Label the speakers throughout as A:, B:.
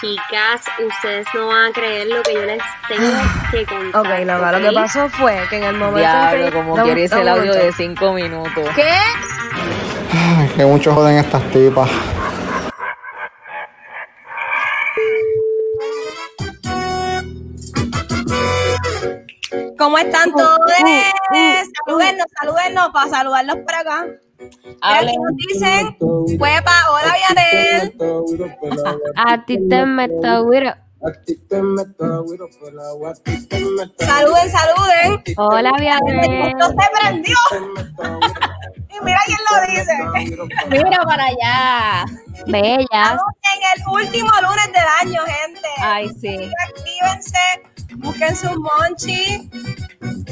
A: Chicas, ustedes no van a creer lo que yo les tengo que contar.
B: Ok, Laura, lo que
A: ¿ok?
B: pasó fue que en el momento. en
C: Ah, Diablo,
B: que-
C: como
B: Dame un-
C: quieres el
B: dame un
C: audio
B: momento.
C: de 5 minutos.
B: ¿Qué?
D: Ay, que mucho joden estas tipas.
E: ¿Cómo están todos? Salúdennos, salúdennos para saludarlos por acá. Mira, aquí nos dicen, huepa, hola Vianel.
F: A ti te meto, güiro.
E: Saluden, saluden.
F: Hola, Vianel.
E: Esto ¿eh? se prendió. y mira quién lo dice. mira para allá.
F: Bellas.
E: Estamos en el último lunes del año, gente.
G: Ay, sí.
E: Actívense, busquen sus monchis.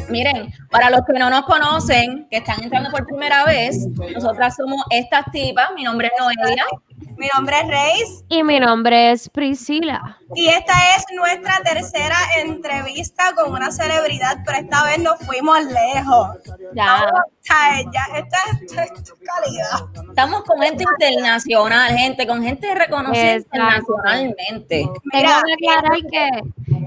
G: Miren, para los que no nos conocen, que están entrando por primera vez, nosotras somos estas tipas. Mi nombre es Noelia.
E: Mi nombre es Reis.
F: Y mi nombre es Priscila.
E: Y esta es nuestra tercera entrevista con una celebridad, pero esta vez nos fuimos lejos.
G: Ya.
E: Vamos a- ya, esta es esto es calidad.
G: Estamos con gente internacional, gente, con gente reconocida
F: Exacto.
G: internacionalmente.
E: Mira,
F: Tengo que aclarar que, que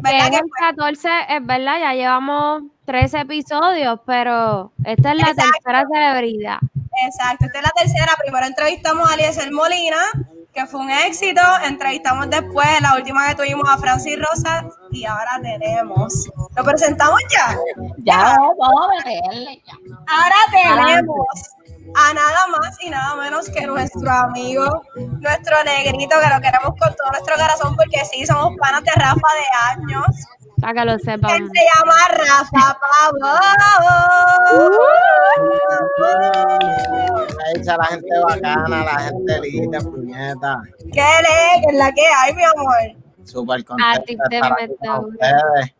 E: ¿verdad
F: en
E: que
F: el 14, es verdad, ya llevamos 13 episodios, pero esta es la
E: Exacto.
F: tercera celebridad.
E: Exacto, esta es la tercera. Primero entrevistamos a Eliezer Molina, que fue un éxito. Entrevistamos después, la última que tuvimos a Francis Rosa, y ahora tenemos. ¿Lo presentamos ya?
G: Ya, vamos a meterle. ya. Ah,
E: Ahora tenemos a nada más y nada menos que nuestro amigo, nuestro negrito, que lo queremos con todo nuestro corazón porque sí, somos panas de Rafa de años.
F: Para que lo
E: Él
F: sepan.
E: se llama Rafa Pavón.
G: Uh-huh.
H: Echa la gente bacana, la gente linda, puñeta.
E: ¿Qué le? ¿Qué es la que hay, mi amor?
H: Súper
F: A ti
H: contenta de
F: te
H: estar aquí
F: meto
H: con
F: una.
H: ustedes.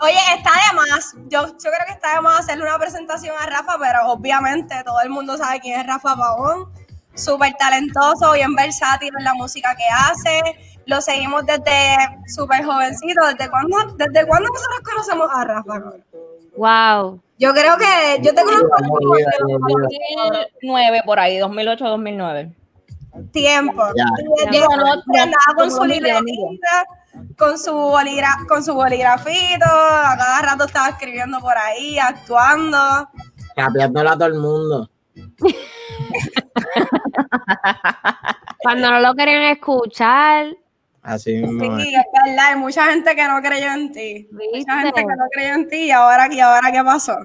E: Oye, está de más. Yo, yo creo que está de más hacerle una presentación a Rafa, pero obviamente todo el mundo sabe quién es Rafa Pavón. Súper talentoso, bien versátil en la música que hace. Lo seguimos desde súper jovencito. ¿Desde cuándo, ¿Desde cuándo nosotros conocemos a Rafa?
F: Wow.
E: Yo creo que yo te conozco
H: Muy bien, muy bien.
G: 2009, por ahí, 2008, 2009.
E: tiempo.
H: Ya.
E: Y desde
G: Ya.
E: siempre
G: No, no,
E: andaba con
G: no,
E: su
G: no, no, no, no.
E: libretita, con su boligra- con su boligrafito, a cada rato estaba escribiendo por ahí, actuando.
H: Capiándola a todo el mundo.
F: Cuando no lo querían escuchar,
H: Así mismo. es.
E: Sí, es verdad, hay mucha gente que no creyó en ti. Mucha gente
F: ¿viste?
E: que no creyó en ti y ahora, y ahora ¿qué pasó?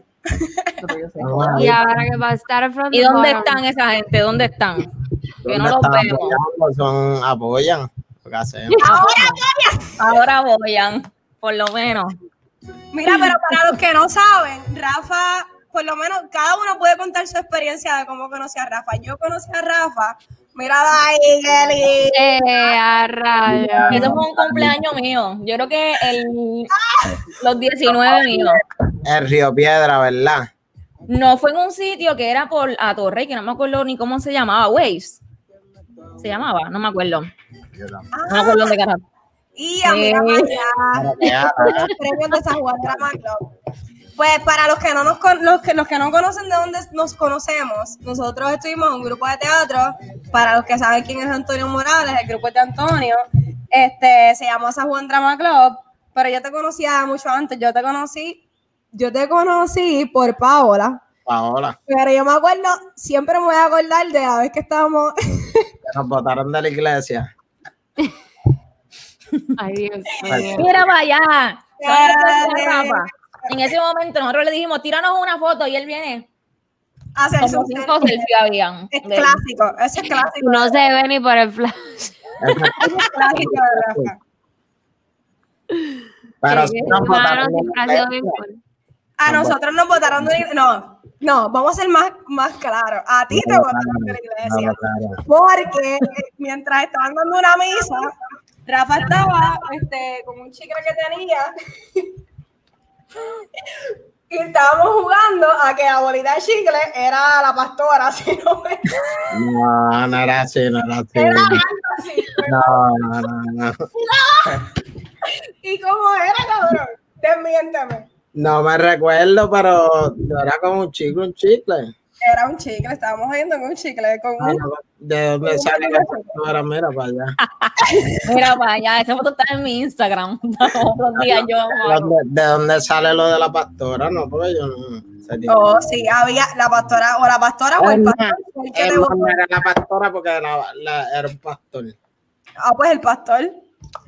H: Vamos
F: Y
H: ahí.
F: ahora que va a estar from
G: ¿Y
F: the
G: dónde
F: bottom.
G: están esa gente? ¿Dónde están? Que no
H: ¿Dónde
G: los
H: están
G: vemos.
H: apoyando? Son, apoyan lo que hacemos.
G: Ahora voyan, por lo menos.
E: Mira, pero para los que no saben, Rafa, por lo menos cada uno puede contar su experiencia de cómo conocí a Rafa. Yo conocí a Rafa, mira ahí, Kelly.
F: Eh, a rayos.
G: Eso fue un cumpleaños mío. Yo creo que el, los 19 míos.
H: El Río Piedra, ¿verdad?
G: No fue en un sitio que era por a Torre, que no me acuerdo ni cómo se llamaba, Waves. Se llamaba, no me acuerdo. No me acuerdo de cara.
E: Y a mí la
G: Sí.
E: María.
H: Ya,
E: los premios de San Juan Drama Club. Pues para los que no nos con- los que, los que no conocen de dónde nos conocemos, nosotros estuvimos en un grupo de teatro, para los que saben quién es Antonio Morales, el grupo es de Antonio, este se llamó San Juan Drama Club, pero yo te conocía mucho antes, yo te conocí, yo te conocí por Paola.
H: Paola.
E: Pero yo me acuerdo, siempre me voy a acordar de la vez que estábamos
H: que Nos botaron de la iglesia.
F: Ay, Dios mío.
G: Mira para allá. ¿Sabes lo que
E: Dale.
G: es Rafa? En ese momento nosotros le dijimos, tíranos una foto y él viene.
E: a hacer
G: Como
E: su
G: cinco selfies habían.
E: Es clásico, ese es clásico,
F: No se ve ni por el flash.
E: es clásico de Rafa.
H: Pero
F: Que-
H: sí nos
F: Mano,
H: botaron de
F: siempre
H: la
F: ha sido bien
H: iglesia.
F: cool.
E: A Ah, nosotros nos votaron de la iglesia. No, no, vamos a ser más, más claros. A ti te
H: Nos
E: votaron de la
H: nos
E: iglesia.
H: botaron.
E: Porque eh, mientras estaban dando una misa, Rafa estaba este, con un chicle que tenía. Y estábamos jugando a que la bolita de chicle era la pastora, si no me
H: No, no era así, no era así.
E: así.
H: No, no, no, no.
E: ¿Y cómo era, cabrón? Desmiénteme.
H: No me recuerdo, pero yo era como un chicle, un chicle.
E: Era un chicle, estábamos jugando con un chicle, con
H: Ay,
E: un
H: no, ¿De
E: pues,
H: dónde sale la ahora? Mira para allá.
E: Ah,
G: Mira, vaya, esa foto está en mi Instagram. Todos los días yo.
H: ¿De dónde, de dónde sale lo de la pastora? No, porque yo no. sería-
E: Oh, sí, había la pastora o la pastora o el
H: Hermana,
E: pastor. el que
H: Eh,
E: te
H: no,
E: gusta.
H: no era la pastora porque la- la- era un pastor.
E: Ah, pues el pastor.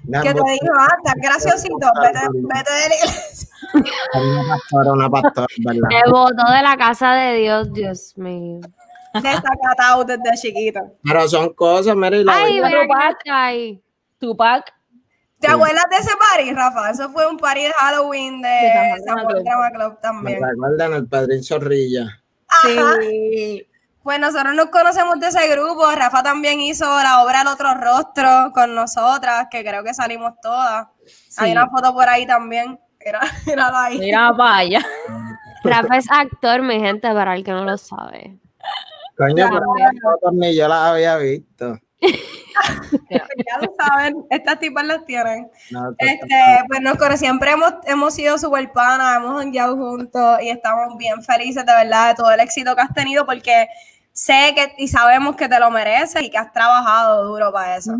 H: Era
E: Que
H: un
E: te dijo, ah, estás graciosito, vete, vete de la iglesia.
H: Una pastora, una pastora, ¿verdad?
E: Eh,
F: Te botó de la casa de Dios, Dios mío.
E: Desacatado desde chiquito.
H: Pero son cosas, mira, y la
F: Ay,
H: vida-
F: mira quién está ahí.
G: Tupac.
E: ¿Te acuerdas de ese party, Rafa? Eso fue un party de Halloween de
G: San Juan Drama
E: Samuel Drama Club
H: me
E: también.
H: recuerdan el Padrín Zorrilla.
E: Ajá. Pues nosotros nos conocemos de ese grupo. Rafa también hizo la obra El Otro Rostro con nosotras, que creo que salimos todas. Hay una foto por ahí también. Era, míralo ahí.
G: Mira, vaya.
F: Rafa es actor, mi gente, para el que no lo sabe.
H: Coño, pero esas fotos ni yo las había visto.
E: Ya lo saben, estas tipas las tienen.
H: No, esto está-
E: Este, pues nos conocemos, siempre hemos, hemos sido super panas, hemos jangueado juntos y estamos bien felices de verdad de todo el éxito que has tenido porque sé que y sabemos que te lo mereces y que has trabajado duro para eso.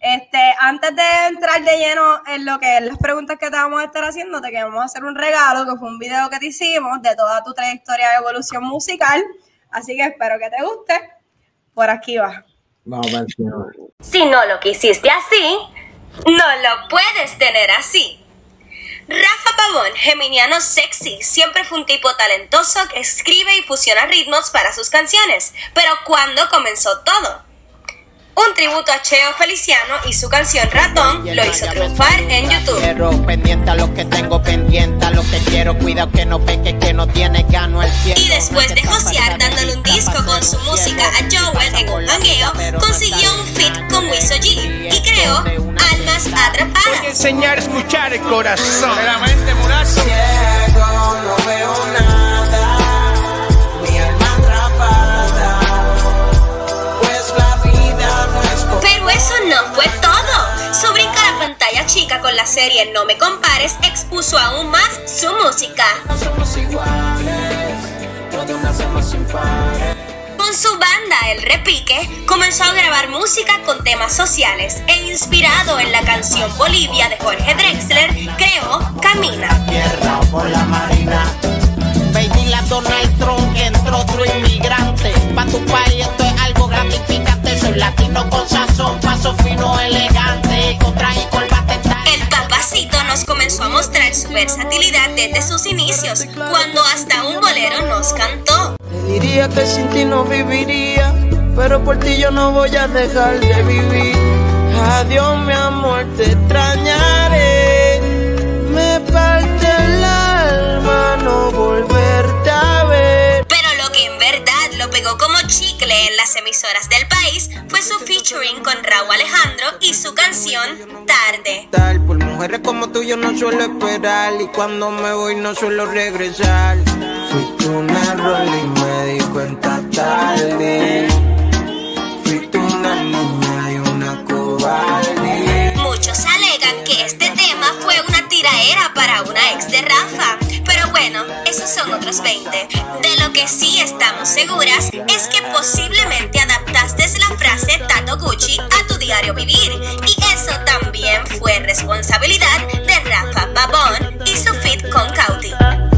E: Este, antes de entrar de lleno en lo que es las preguntas que te vamos a estar haciendo, te queremos hacer un regalo que fue un video que te hicimos de toda tu trayectoria de evolución musical, así que espero que te guste. Por aquí va.
H: Vamos para encima.
C: Si no lo quisiste así, no lo puedes tener así. Rafa Pavón, geminiano sexy, siempre fue un tipo talentoso que escribe y fusiona ritmos para sus canciones. Pero ¿cuándo comenzó todo? Un tributo a Cheo Feliciano y su canción Ratón lo hizo triunfar en YouTube.
I: Quiero, pendiente a lo que tengo, pendiente a lo que quiero. Cuidado que no peque, que no tiene gano el cielo.
C: Y después de josear dándole un disco con su música a Joel en un hangueo, consiguió un feat con Wiso G y creó Almas Atrapadas.
J: enseñar a escuchar el corazón.
C: Pero eso no fue todo. Su brinco a la pantalla chica con la serie No Me Compares expuso aún más su música. Con su banda El Repique comenzó a grabar música con temas sociales e inspirado en la canción Bolivia de Jorge Drexler creó Camina.
I: Tierra por la marina. Baby, la Donald Trump entró otro inmigrante. Pa' tu país esto es algo gratificante. Soy latino con sazón, paso fino, elegante. Con traje y corbata está
C: El papacito nos comenzó a mostrar su versatilidad desde sus inicios cuando hasta un bolero nos cantó.
J: Diría que sin ti no viviría, pero por ti yo no voy a dejar de vivir. Adiós, mi amor, te extrañaré. Me parte el alma no volverte a ver.
C: Pero lo que en verdad lo pegó como chicle en las emisoras del país fue su featuring con Raúl Alejandro y su canción Tarde.
J: Tal, Por mujeres como tú yo no suelo esperar y cuando me voy no suelo regresar. Fuiste un error y me di cuenta tarde. Fuiste una niña y una cobarde.
C: Muchos alegan que este tema fue una tiraera para una ex de Rafa. Pero bueno, esos son otros 20. De lo que sí estamos seguras es que posiblemente adaptaste la frase Tato Gucci a tu diario vivir. Y eso también fue responsabilidad de Rafa Pavón y su fit con Cauti.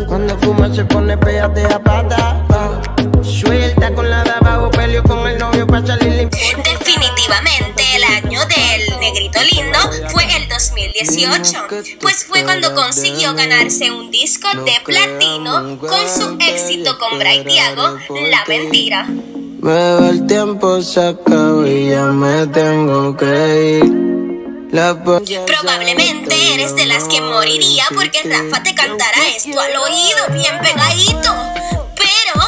J: Cuando fuma se pone pea de pata. ah. Suelta con la de abajo, peleo con el novio para salir limpio.
C: Definitivamente el año del negrito lindo fue el 2018, pues fue cuando consiguió ganarse un disco de platino con su éxito con Bray Diago, La Mentira.
J: Bebo, el tiempo se acabó y ya me tengo que ir. La po-
C: Probablemente eres de las que moriría porque Rafa te cantará esto al oído bien pegadito, pero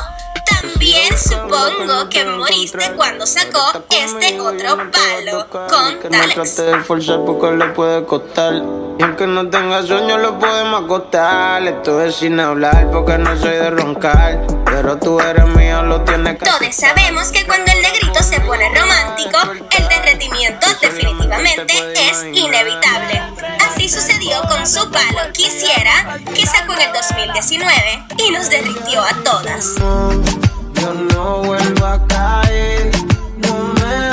C: también supongo que moriste cuando sacó este otro palo con
J: Que no
C: Talex.
J: trate de forzar porque le puede costar. Y aunque no tenga sueño, lo podemos acostar. Esto es sin hablar porque no soy de roncar. Pero tú eres mío, lo tienes que
C: Todos sabemos que cuando el negrito se pone romántico, el derretimiento definitivamente es inevitable. Así sucedió con su palo Quisiera, que sacó en el 2019 y nos derritió a todas.
J: Yo no vuelvo a caer. No me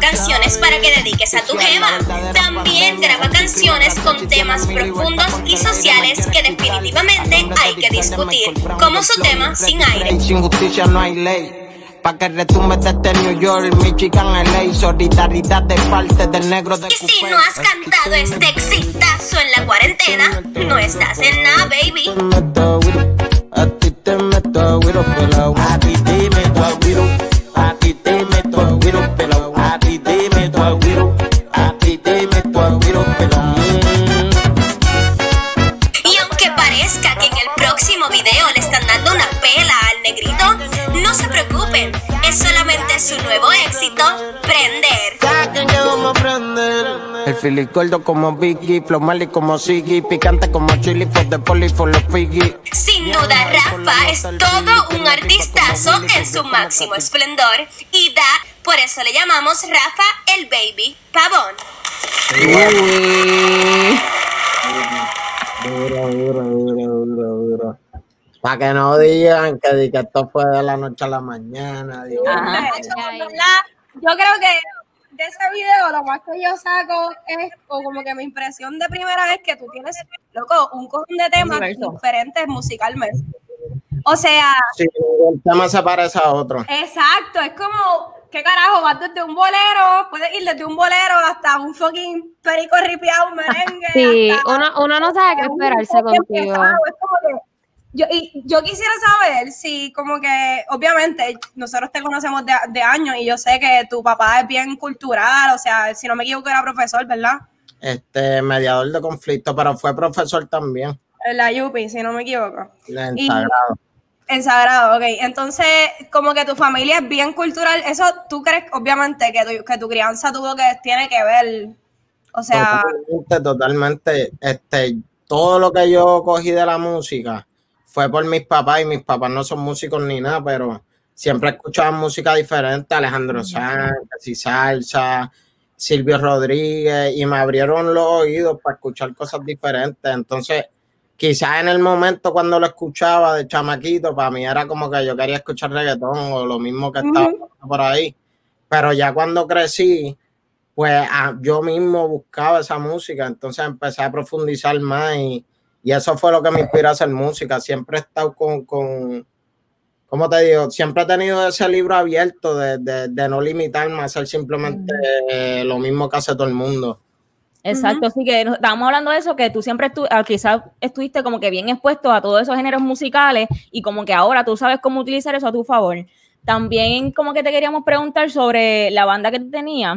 C: canciones para que dediques a tu jeva. También graba canciones con temas profundos y sociales que definitivamente hay que discutir, como su tema Sin Aire.
I: Sin justicia no hay ley. Pa' que retumbe desde New York, Michigan, LA, solidaridad de parte del negro de
C: Y si no has cantado este exitazo en la cuarentena, no estás en nada, baby.
I: A ti te meto agüero pelao. A ti te meto agüero. A ti te meto agüero pelao. A ti te meto agüero. A ti te meto agüero pelao.
C: Y aunque parezca que en el próximo video le están dando una pela al negrito, no se preocupen, es solamente su nuevo éxito, Prender.
I: Saquen que vamos a prender. El fili gordo como Biggie, flow Marley como Siggy, picante como chili, por de poli, por los piggy.
C: Sin duda, Rafa es todo un artistazo en su máximo esplendor y da, por eso le llamamos Rafa el Baby Pavón.
H: Duro, duro, duro, duro, duro. Para que no digan que, di que esto fue de la noche a la mañana. digo.
E: Ajá. ¿Verdad? Yo creo que de ese video lo más que yo saco es o como que mi impresión de primera vez que tú tienes, loco, un cojón de temas
G: Universo.
E: diferentes musicalmente. O sea,
H: Sí, el tema se parece a otro.
E: exacto, es como, ¿qué carajo? Vas desde un bolero, puedes ir desde un bolero hasta un fucking perico ripiado, un merengue.
F: Sí,
E: hasta-
F: uno, uno no sabe qué esperarse contigo.
E: Es como que Yo, y yo quisiera saber si, como que, obviamente, nosotros te conocemos de, de años y yo sé que tu papá es bien cultural, o sea, si no me equivoco, era profesor, ¿verdad?
H: Este, mediador de conflicto, pero fue profesor también.
E: En la Yupi, si no me equivoco.
H: En
E: Y-
H: Sagrado.
E: En Sagrado, ok. Entonces, como que tu familia es bien cultural, eso tú crees, obviamente, que tu, que tu crianza tuvo que, tiene que ver, o sea,
H: Totalmente, totalmente. Este, todo lo que yo cogí de la música fue por mis papás y mis papás no son músicos ni nada, pero siempre escuchaban música diferente, Alejandro Sanz, y Salsa, Silvio Rodríguez, y me abrieron los oídos para escuchar cosas diferentes. Entonces, quizás en el momento cuando lo escuchaba de chamaquito, para mí era como que yo quería escuchar reggaetón o lo mismo que estaba por ahí. Pero ya cuando crecí, pues ah, yo mismo buscaba esa música, entonces empecé a profundizar más y, y eso fue lo que me inspiró a hacer música. Siempre he estado con, con ¿cómo te digo? Siempre he tenido ese libro abierto de, de- de no limitarme a hacer simplemente eh, lo mismo que hace todo el mundo.
G: Exacto, así que nos- estábamos hablando de eso, que tú siempre estu ah, quizás estuviste como que bien expuesto a todos esos géneros musicales y como que ahora tú sabes cómo utilizar eso a tu favor. También como que te queríamos preguntar sobre la banda que tú tenías,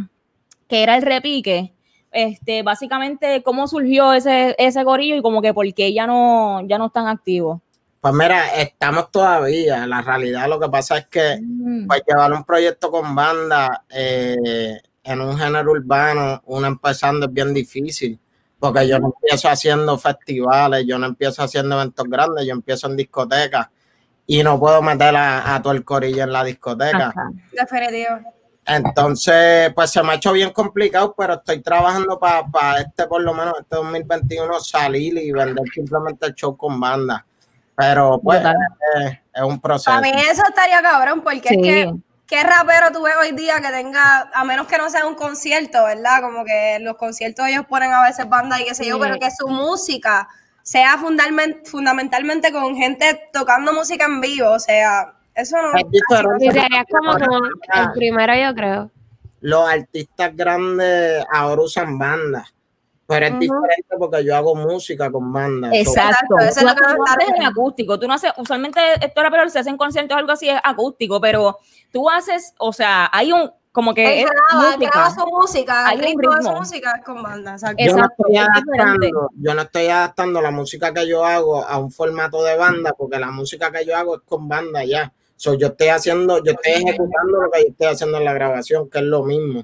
G: que era el repique. Este, básicamente, ¿cómo surgió ese, ese gorillo y como que por qué ya no, ya no están activos?
H: Pues mira, estamos todavía, la realidad lo que pasa es que
G: Mm.
H: pues llevar un proyecto con banda eh, en un género urbano, uno empezando es bien difícil, porque yo no empiezo haciendo festivales, yo no empiezo haciendo eventos grandes, yo empiezo en discotecas y no puedo meter a, a todo el corillo en la discoteca.
G: Ajá.
E: definitivo.
H: Entonces, pues se me ha hecho bien complicado, pero estoy trabajando para este, por lo menos este 2021, salir y vender simplemente el show con banda. Pero pues
G: Brutal.
H: eh, es un proceso.
E: Para mí eso estaría cabrón, porque
G: Sí.
E: es que ¿Qué rapero tú ves hoy día que tenga, a menos que no sea un concierto, ¿verdad? Como que los conciertos ellos ponen a veces bandas y qué sé yo,
G: Sí.
E: pero que su música sea fundalmen- fundamentalmente con gente tocando música en vivo, o sea, eso no...
H: Es diferente.
F: Y serías como, como el primero, yo creo.
H: los artistas grandes ahora usan bandas, pero es diferente porque yo hago música con bandas.
G: Exacto.
E: Exacto, eso es lo que
G: Tú
E: me
G: haces- tú haces
E: gustaría.
G: en acústico. Tú no haces, usualmente esto ahora pero se hacen conciertos o algo así, es acústico, pero tú haces, o sea, hay un, como que
E: Él
G: es
E: graba,
G: música.
E: graba su música,
G: Hay
E: el
G: un
E: ritmo de su
G: ritmo. Eh,
E: música es con banda, exacto.
H: yo, no
G: Exacto,
H: estoy
G: es diferente.
H: adaptando, yo no estoy adaptando la música que yo hago a un formato de banda porque la música que yo hago es con banda ya. So, yo estoy haciendo, yo estoy ejecutando lo que yo estoy haciendo en la grabación, que es lo mismo.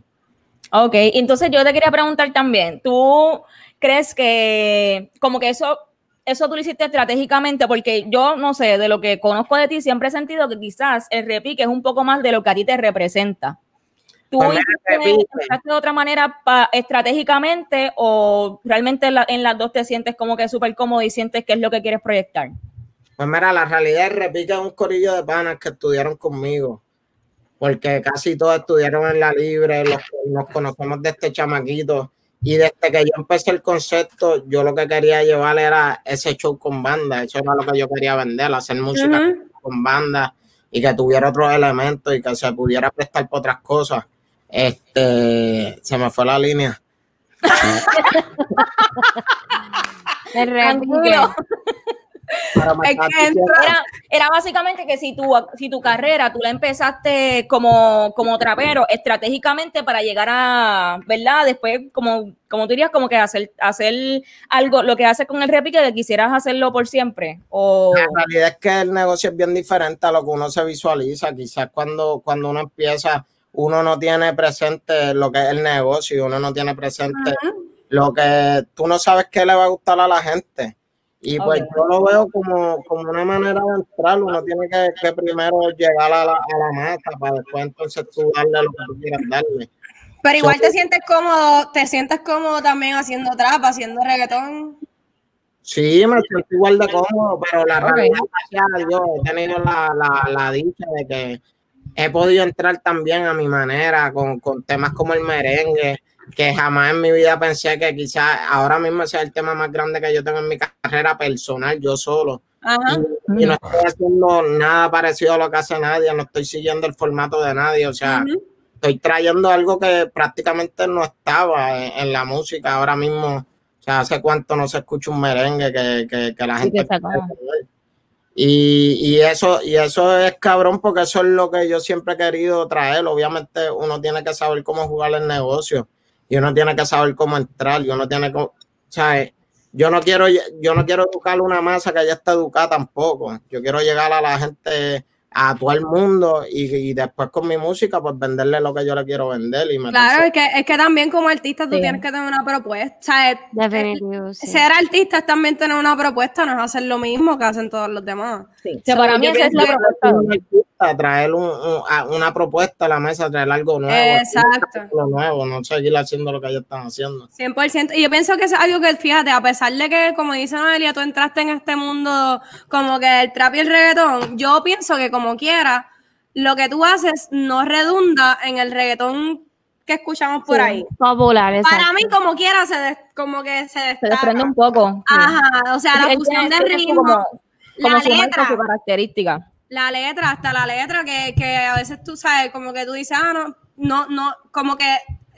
G: Ok, entonces yo te quería preguntar también, ¿tú crees que como que eso, eso tú lo hiciste estratégicamente? Porque yo no sé, de lo que conozco de ti, siempre he sentido que quizás el repique es un poco más de lo que a ti te representa. ¿Tú
H: Pues mira,
G: hiciste-
H: repique.
G: pensaste de otra manera pa- estratégicamente o realmente en, la- en las dos te sientes como que súper cómodo y sientes que es lo que quieres proyectar?
H: Pues mira, la realidad es, repito, es un corillo de panas que estudiaron conmigo. porque casi todos estudiaron en la libre, los que nos conocemos de este chamaquito. Y desde que yo empecé el concepto, yo lo que quería llevar era ese show con banda. Eso era lo que yo quería vender, hacer música
E: Ujú.
H: con banda y que tuviera otros elementos y que se pudiera prestar para otras cosas. Este, se me fue la línea.
F: El
G: Tranquilo.
H: Pero me
G: Es
H: estás
G: que
H: diciendo-
G: era, era básicamente que si tu, si tu carrera tú la empezaste como, como trapero estratégicamente para llegar a, ¿verdad? Después, como, como tú dirías, como que hacer, hacer algo, lo que haces con el réplica, que quisieras hacerlo por siempre. O,
H: La realidad es que el negocio es bien diferente a lo que uno se visualiza. Quizás cuando, cuando uno empieza, uno no tiene presente lo que es el negocio, uno no tiene presente lo que tú no sabes qué le va a gustar a la gente. Y pues
G: Obvio.
H: yo lo veo como, como una manera de entrar. Uno tiene que, que primero llegar a la, a la masa para después entonces tú darle lo que tú quieras darle.
E: Pero igual
H: So-
E: te sientes cómodo, te sientes cómodo también haciendo trap, haciendo reggaetón.
H: Sí, me siento igual de cómodo, pero la realidad, gracias a Dios, he tenido la, la, la dicha de que he podido entrar también a mi manera con, con temas como el merengue, que jamás en mi vida pensé que quizás ahora mismo sea el tema más grande que yo tengo en mi carrera personal, yo solo.
E: Ajá.
H: Y no estoy haciendo nada parecido a lo que hace nadie, no estoy siguiendo el formato de nadie, o sea, estoy trayendo algo que prácticamente no estaba en, en la música ahora mismo. O sea, hace cuánto no se escucha un merengue que, que- que la
G: Sí, que
H: gente...
G: sacaba.
H: Y, y eso, y eso es cabrón porque eso es lo que yo siempre he querido traer. Obviamente uno tiene que saber cómo jugar el negocio y uno tiene que saber cómo entrar y uno tiene que... o sea, eh, Yo no quiero, yo no quiero educar una masa que ya está educada tampoco. Yo quiero llegar a la gente, a todo el mundo y, y después con mi música, pues venderle lo que yo le quiero vender. Y me
E: Claro, es que, es que también como artista tú
G: Sí.
E: tienes que tener una propuesta. O sea, es-
F: Definitivo, sí.
E: Ser artista es también tener una propuesta, no es hacer lo mismo que hacen todos los demás.
G: Sí, que para mí
E: yo
G: esa es la
E: pienso
G: propuesta.
H: un artista, traer un- un- a- una propuesta a la mesa, traer algo nuevo.
E: Exacto.
H: Lo nuevo, no seguir haciendo lo que ellos están haciendo.
E: 100%. Y yo pienso que eso es algo que, fíjate, a pesar de que, como dice Noelia, tú entraste en este mundo como que el trap y el reggaetón, yo pienso que como quiera, lo que tú haces no redunda en el reggaetón que escuchamos por ahí.
F: Popular, exacto.
E: Para mí, como quiera, se des- como que se
G: Se
E: desprende
G: desprende un poco. Este sí.
E: Ajá, o sea, la
G: Él
E: fusión
G: tiene-
E: de
G: él tiene
E: ritmo,
G: como- Como
E: la
G: su marca,
E: letra,
G: su característica.
E: la letra, hasta la letra que, que a veces tú sabes, como que tú dices, ah, no, no, no, como que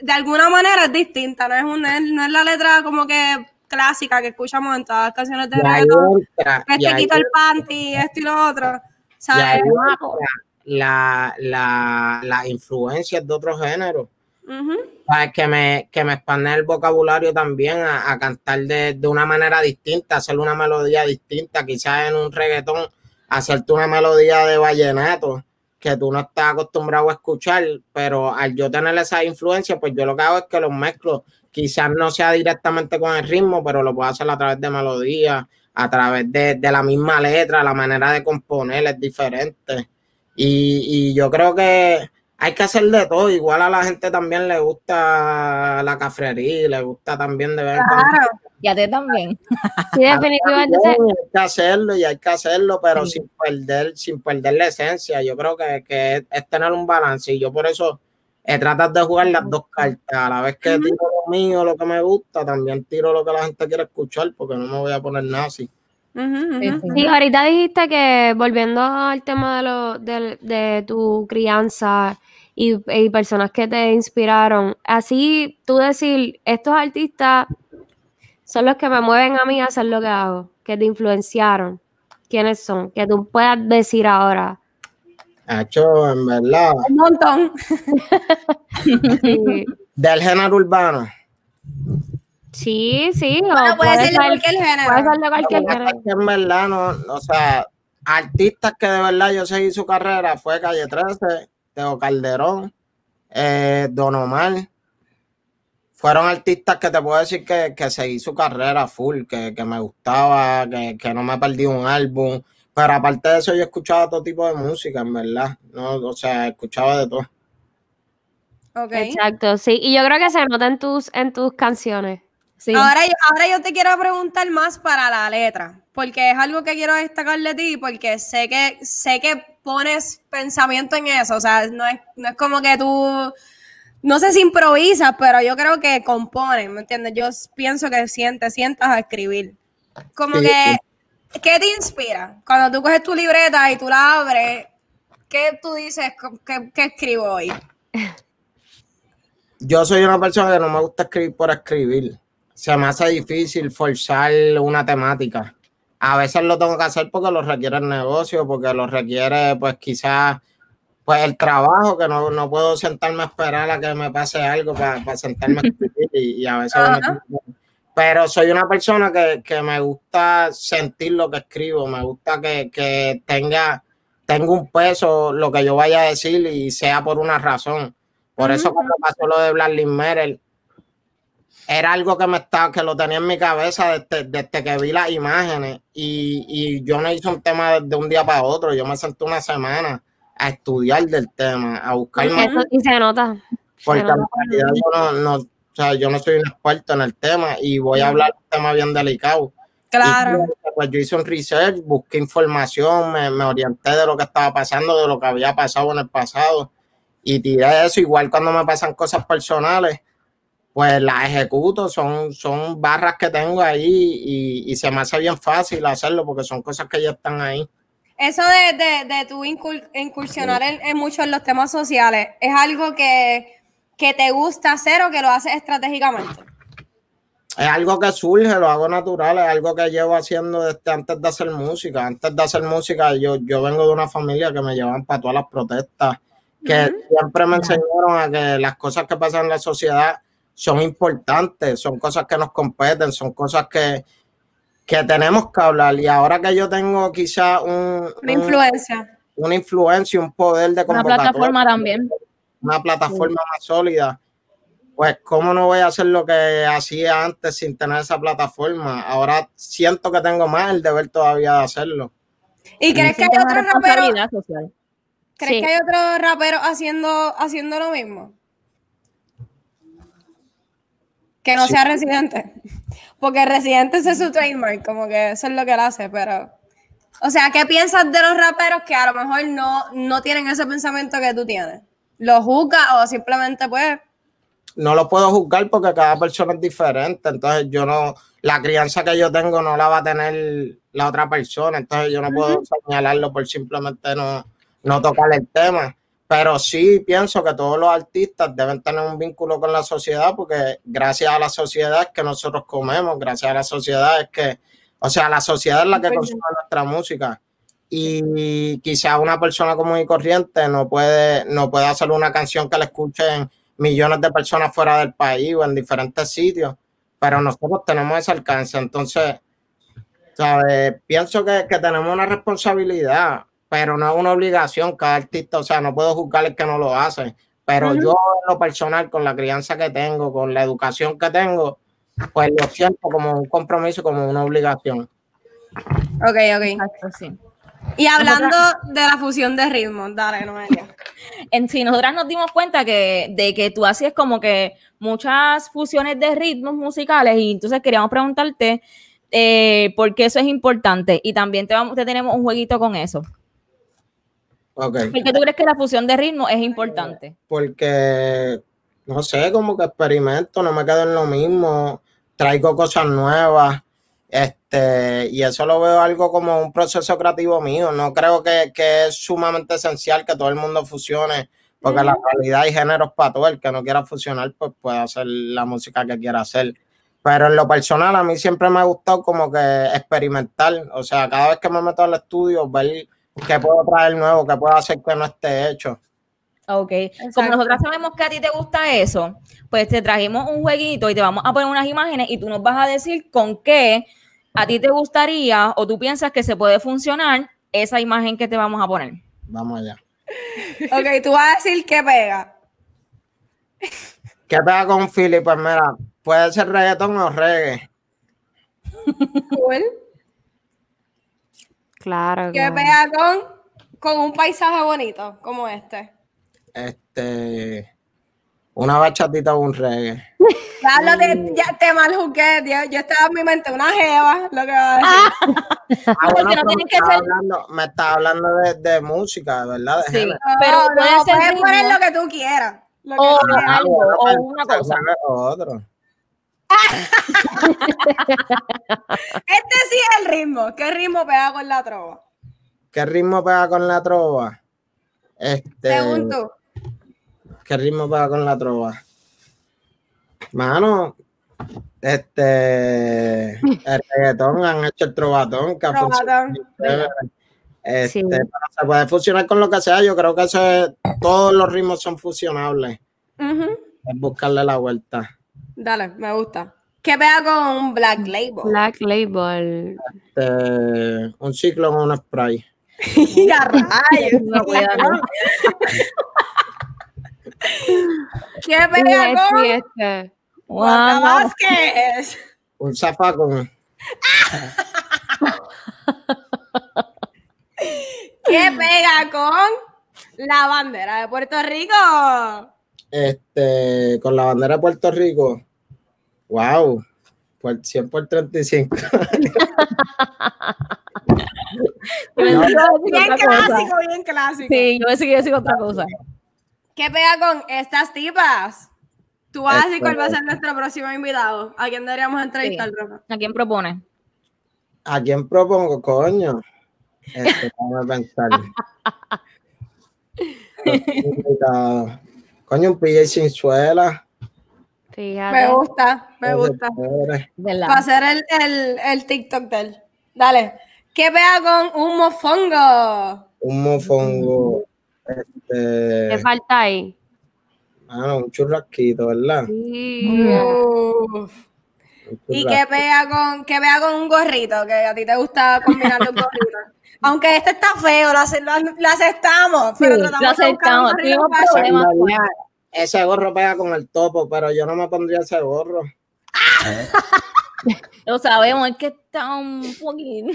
E: de alguna manera es distinta, no es, un, no es la letra como que clásica que escuchamos en todas las canciones de
H: Y ahí
E: reggaetón,
H: entra-
E: que
H: y
E: te
H: ahí
E: quito el panty, esto y lo otro,
H: Y
E: ¿sabes?
H: ahí entra la, la, las influencias de otros géneros.
E: Ujú.
H: ¿sabes? Que me, que me expande el vocabulario también a, a cantar de, de una manera distinta, hacer una melodía distinta, quizás en un reggaetón, hacerte una melodía de vallenato que tú no estás acostumbrado a escuchar, pero al yo tener esa influencia, pues yo lo que hago es que los mezclo, quizás no sea directamente con el ritmo, pero lo puedo hacer a través de melodías, a través de, de la misma letra, la manera de componer es diferente. Y, y yo creo que hay que hacer de todo. Igual a la gente también le gusta la cafrería, le gusta también de ver.
G: Y a ti también.
F: Sí, definitivo. Entonces,
H: Hay que hacerlo y hay que hacerlo, pero sin perder, sin perder la esencia. Yo creo que, que es, es tener un balance. Y yo por eso he tratado de jugar las dos cartas. A la vez que tiro lo mío, lo que me gusta, también tiro lo que la gente quiere escuchar, porque no me voy a poner nazi.
E: Ujú,
G: Sí,
E: ujú.
G: sí.
F: sí, ahorita dijiste que volviendo al tema de, lo, del- de tu crianza y, y personas que te inspiraron, así tú decir, estos artistas son los que me mueven a mí a hacer lo que hago, que te influenciaron. ¿Quiénes son? Que tú puedas decir ahora.
H: Hecho, en verdad,
E: Un montón.
F: Sí,
H: del género urbano.
F: sí. sí, o
E: Bueno, puede ser de
F: ser-
E: cualquier género.
F: puede ser de
H: Lo
F: cualquier
H: que pasa
F: género.
H: es que en verdad, no, o sea, artistas que de verdad yo seguí su carrera fue Calle 13, Teo Calderón, eh, Don Omar. Fueron artistas que te puedo decir que, que seguí su carrera full, que, que me gustaba, que, que no me perdí un álbum. Pero aparte de eso, yo escuchaba todo tipo de música, en verdad. ¿no? O sea, escuchaba de todo.
E: Ok.
F: Exacto, sí. Y yo creo que se nota en tus, en tus canciones.
G: Sí.
E: Ahora, yo, ahora yo te quiero preguntar más para la letra, porque es algo que quiero destacar de ti, porque sé que, sé que pones pensamiento en eso. O sea, no es, no es como que tú. No sé si improvisas, pero yo creo que componen, ¿me entiendes? Yo pienso que sientes, sientas a escribir. Como
K: Sí,
E: que. ¿Qué te inspira? Cuando tú coges tu libreta y tú la abres, ¿qué tú dices? ¿Qué, qué escribo hoy?
H: Yo soy una persona que no me gusta escribir por escribir. Se me hace difícil forzar una temática. A veces lo tengo que hacer porque lo requiere el negocio, porque lo requiere, pues quizás, pues el trabajo, que no, no puedo sentarme a esperar a que me pase algo para sentarme a escribir. Y, y a veces uno
E: Ajá.
H: tiene- Pero soy una persona que, que me gusta sentir lo que escribo, me gusta que, que tenga, tenga un peso lo que yo vaya a decir y sea por una razón. Por eso cuando pasó lo de Bradley Merrill, era algo que me estaba, que lo tenía en mi cabeza desde, desde que vi las imágenes. Y, y yo no hice un tema de un día para otro. Yo me senté una semana a estudiar del tema, a buscar más-
F: Eso- y se nota.
H: porque
F: Pero-
H: en realidad yo no, no- o sea, yo no soy un experto en el tema y voy a hablar de un tema bien delicado.
E: Claro.
H: Y, pues yo hice un research, busqué información, me, me orienté de lo que estaba pasando, de lo que había pasado en el pasado y tiré eso. Igual cuando me pasan cosas personales, pues las ejecuto, son, son barras que tengo ahí y, y se me hace bien fácil hacerlo porque son cosas que ya están ahí.
E: Eso de, de, de tú incul- incursionar en, en mucho en los temas sociales, ¿es algo que, que te gusta hacer o que lo haces estratégicamente?
H: es algo que surge, lo hago natural, es algo que llevo haciendo desde antes de hacer música. Antes de hacer música, yo, yo vengo de una familia que me llevaban para todas las protestas, que siempre me enseñaron a que las cosas que pasan en la sociedad son importantes, son cosas que nos competen, son cosas que, que tenemos que hablar. Y ahora que yo tengo quizá un,
E: Una
H: un-
E: influencia.
H: una influencia, un poder de
G: Una
H: convocatoria
G: plataforma también.
H: una plataforma más sólida, pues cómo no voy a hacer lo que hacía antes sin tener esa plataforma. Ahora siento que tengo más el deber todavía de hacerlo.
E: ¿Y crees que hay
G: Sientes una
E: otros raperos?
G: responsabilidad social.
E: ¿Crees
G: Sí.
E: que hay otros raperos haciendo, haciendo lo mismo? Que no
H: Sí.
E: sea residente. Porque residente ese es su trademark, como que eso es lo que él hace, pero. O sea, ¿qué piensas de los raperos que a lo mejor no, no tienen ese pensamiento que tú tienes? ¿Los juzgas o simplemente pues
H: No lo puedo juzgar porque cada persona es diferente, entonces yo no, la crianza que yo tengo no la va a tener la otra persona, entonces yo no puedo señalarlo por simplemente no, no tocar el tema. Pero sí pienso que todos los artistas deben tener un vínculo con la sociedad porque gracias a la sociedad es que nosotros comemos, gracias a la sociedad es que, o sea, la sociedad es la que consume nuestra música. Y quizá una persona común y corriente no puede, no puede hacer una canción que la escuchen millones de personas fuera del país o en diferentes sitios, pero nosotros tenemos ese alcance. Entonces, ¿sabes? Pienso que, que tenemos una responsabilidad, pero no es una obligación. Cada artista, o sea, no puedo juzgar el que no lo hace, pero yo en lo personal, con la crianza que tengo, con la educación que tengo, pues lo siento como un compromiso, como una obligación.
E: Ok, ok.
G: Exacto, sí.
E: Y hablando de la fusión de ritmos, dale, Noelia.
G: En sí, nosotras nos dimos cuenta que, de que tú hacías como que muchas fusiones de ritmos musicales y entonces queríamos preguntarte eh, por qué eso es importante y también te, vamos, te tenemos un jueguito con eso.
H: Ok.
G: ¿Por qué tú crees que la fusión de ritmos es importante?
H: porque no sé, como que experimento, no me quedo en lo mismo, traigo cosas nuevas, este, y eso lo veo algo como un proceso creativo mío. No creo que, que es sumamente esencial que todo el mundo fusione, porque la realidad hay géneros para todo. El que no quiera fusionar, pues puede hacer la música que quiera hacer. Pero en lo personal, a mí siempre me ha gustado como que experimentar. O sea, cada vez que me meto al estudio, ver qué puedo traer nuevo, qué puedo hacer que no esté hecho.
G: Ok, como nosotras sabemos que a ti te gusta eso, pues te trajimos un jueguito y te vamos a poner unas imágenes y tú nos vas a decir con qué a ti te gustaría o tú piensas que se puede funcionar esa imagen que te vamos a poner.
H: Vamos allá.
E: Ok, tú vas a decir qué pega.
H: ¿Qué pega con Philly? Pues mira, puede ser reggaetón o reggae.
E: Cool.
F: Claro.
E: ¿Qué pega con, con un paisaje bonito como este?
H: Este. Una bachatita o un reggae.
E: Ya, lo te, ya te mal juzgué, tío. Yo estaba en mi mente una jeva, lo que va a decir.
H: Ah, bueno,
G: Porque no
H: pero me,
G: tienen que
H: estás
G: ser-
H: hablando, me estás hablando de, de música, ¿verdad? De
G: Sí,
H: género.
G: pero
E: No,
G: puede
E: Ah, no,
G: ser
E: puedes
G: ritmo Oh.
E: poner lo que tú quieras. Lo que
G: o
E: sea.
H: Ah,
G: algo,
H: bueno,
G: o
H: pero
G: una
H: entonces
G: cosa.
H: es Otro.
E: Este sí es el ritmo. ¿Qué ritmo pega con la trova?
H: ¿Qué ritmo pega con la trova? Este,
E: Según tú.
H: ¿Qué ritmo pega con la trova? Mano, este. El reggaetón han hecho el trovatón. Que ha
E: Trovatón.
H: funcionado chévere. Este,
F: Sí.
H: pero se puede fusionar con lo que sea. Yo creo que eso es- todos los ritmos son fusionables.
E: Ujú.
H: Es buscarle la vuelta.
E: Dale, me gusta. ¿Qué pega con un Black Label?
F: Black Label.
H: Este, un ciclo con un spray.
E: Y a rayos. ¿Qué
F: Y
E: pega con
F: este y este.
E: Wanda
G: Wow.
E: Vázquez?
H: Un zafacón.
E: ¿Qué pega con la bandera de Puerto Rico?
H: Este, con la bandera de Puerto Rico. Wow. Por 100 por 35.
G: Yo pensé que iba a decir
E: Bien
G: otra cosa.
E: clásico, bien clásico.
G: Sí, yo pensé que iba a decir otra cosa.
E: ¿Qué pega con estas tipas? Tú vas a decir
H: Este-
E: cuál va a ser nuestro próximo invitado. ¿A quién deberíamos entrevistar, Rafa?
G: ¿A quién propone?
H: ¿A quién propongo, coño? Este, déjame pensar. Invitado. coño, un PJ sin suela.
E: Me
F: Fíjate.
E: gusta, me gusta.
H: Pobre.
G: ¿Verdad?
E: Para hacer el, el, el TikTok de él. Dale. ¿Qué pega con un mofongo?
H: Un mofongo. Este.
F: ¿Qué falta ahí?
H: mano, un churrasquito, ¿verdad?
E: Uf.
H: Un
E: ¿Y
H: churrasco.
E: qué pega con, qué pega con un gorrito? Que a ti te gusta combinar los gorritos. Aunque este está feo, lo, ace- lo- lo aceptamos. Pero
G: Sí, lo
E: tratamos de buscar un
G: aceptamos,
E: gorrito
G: tuvimos
E: fashion.
G: problemas.
H: En realidad, Ese gorro pega con el topo, pero yo no me pondría ese gorro.
G: Lo sabemos, es que está un poquito.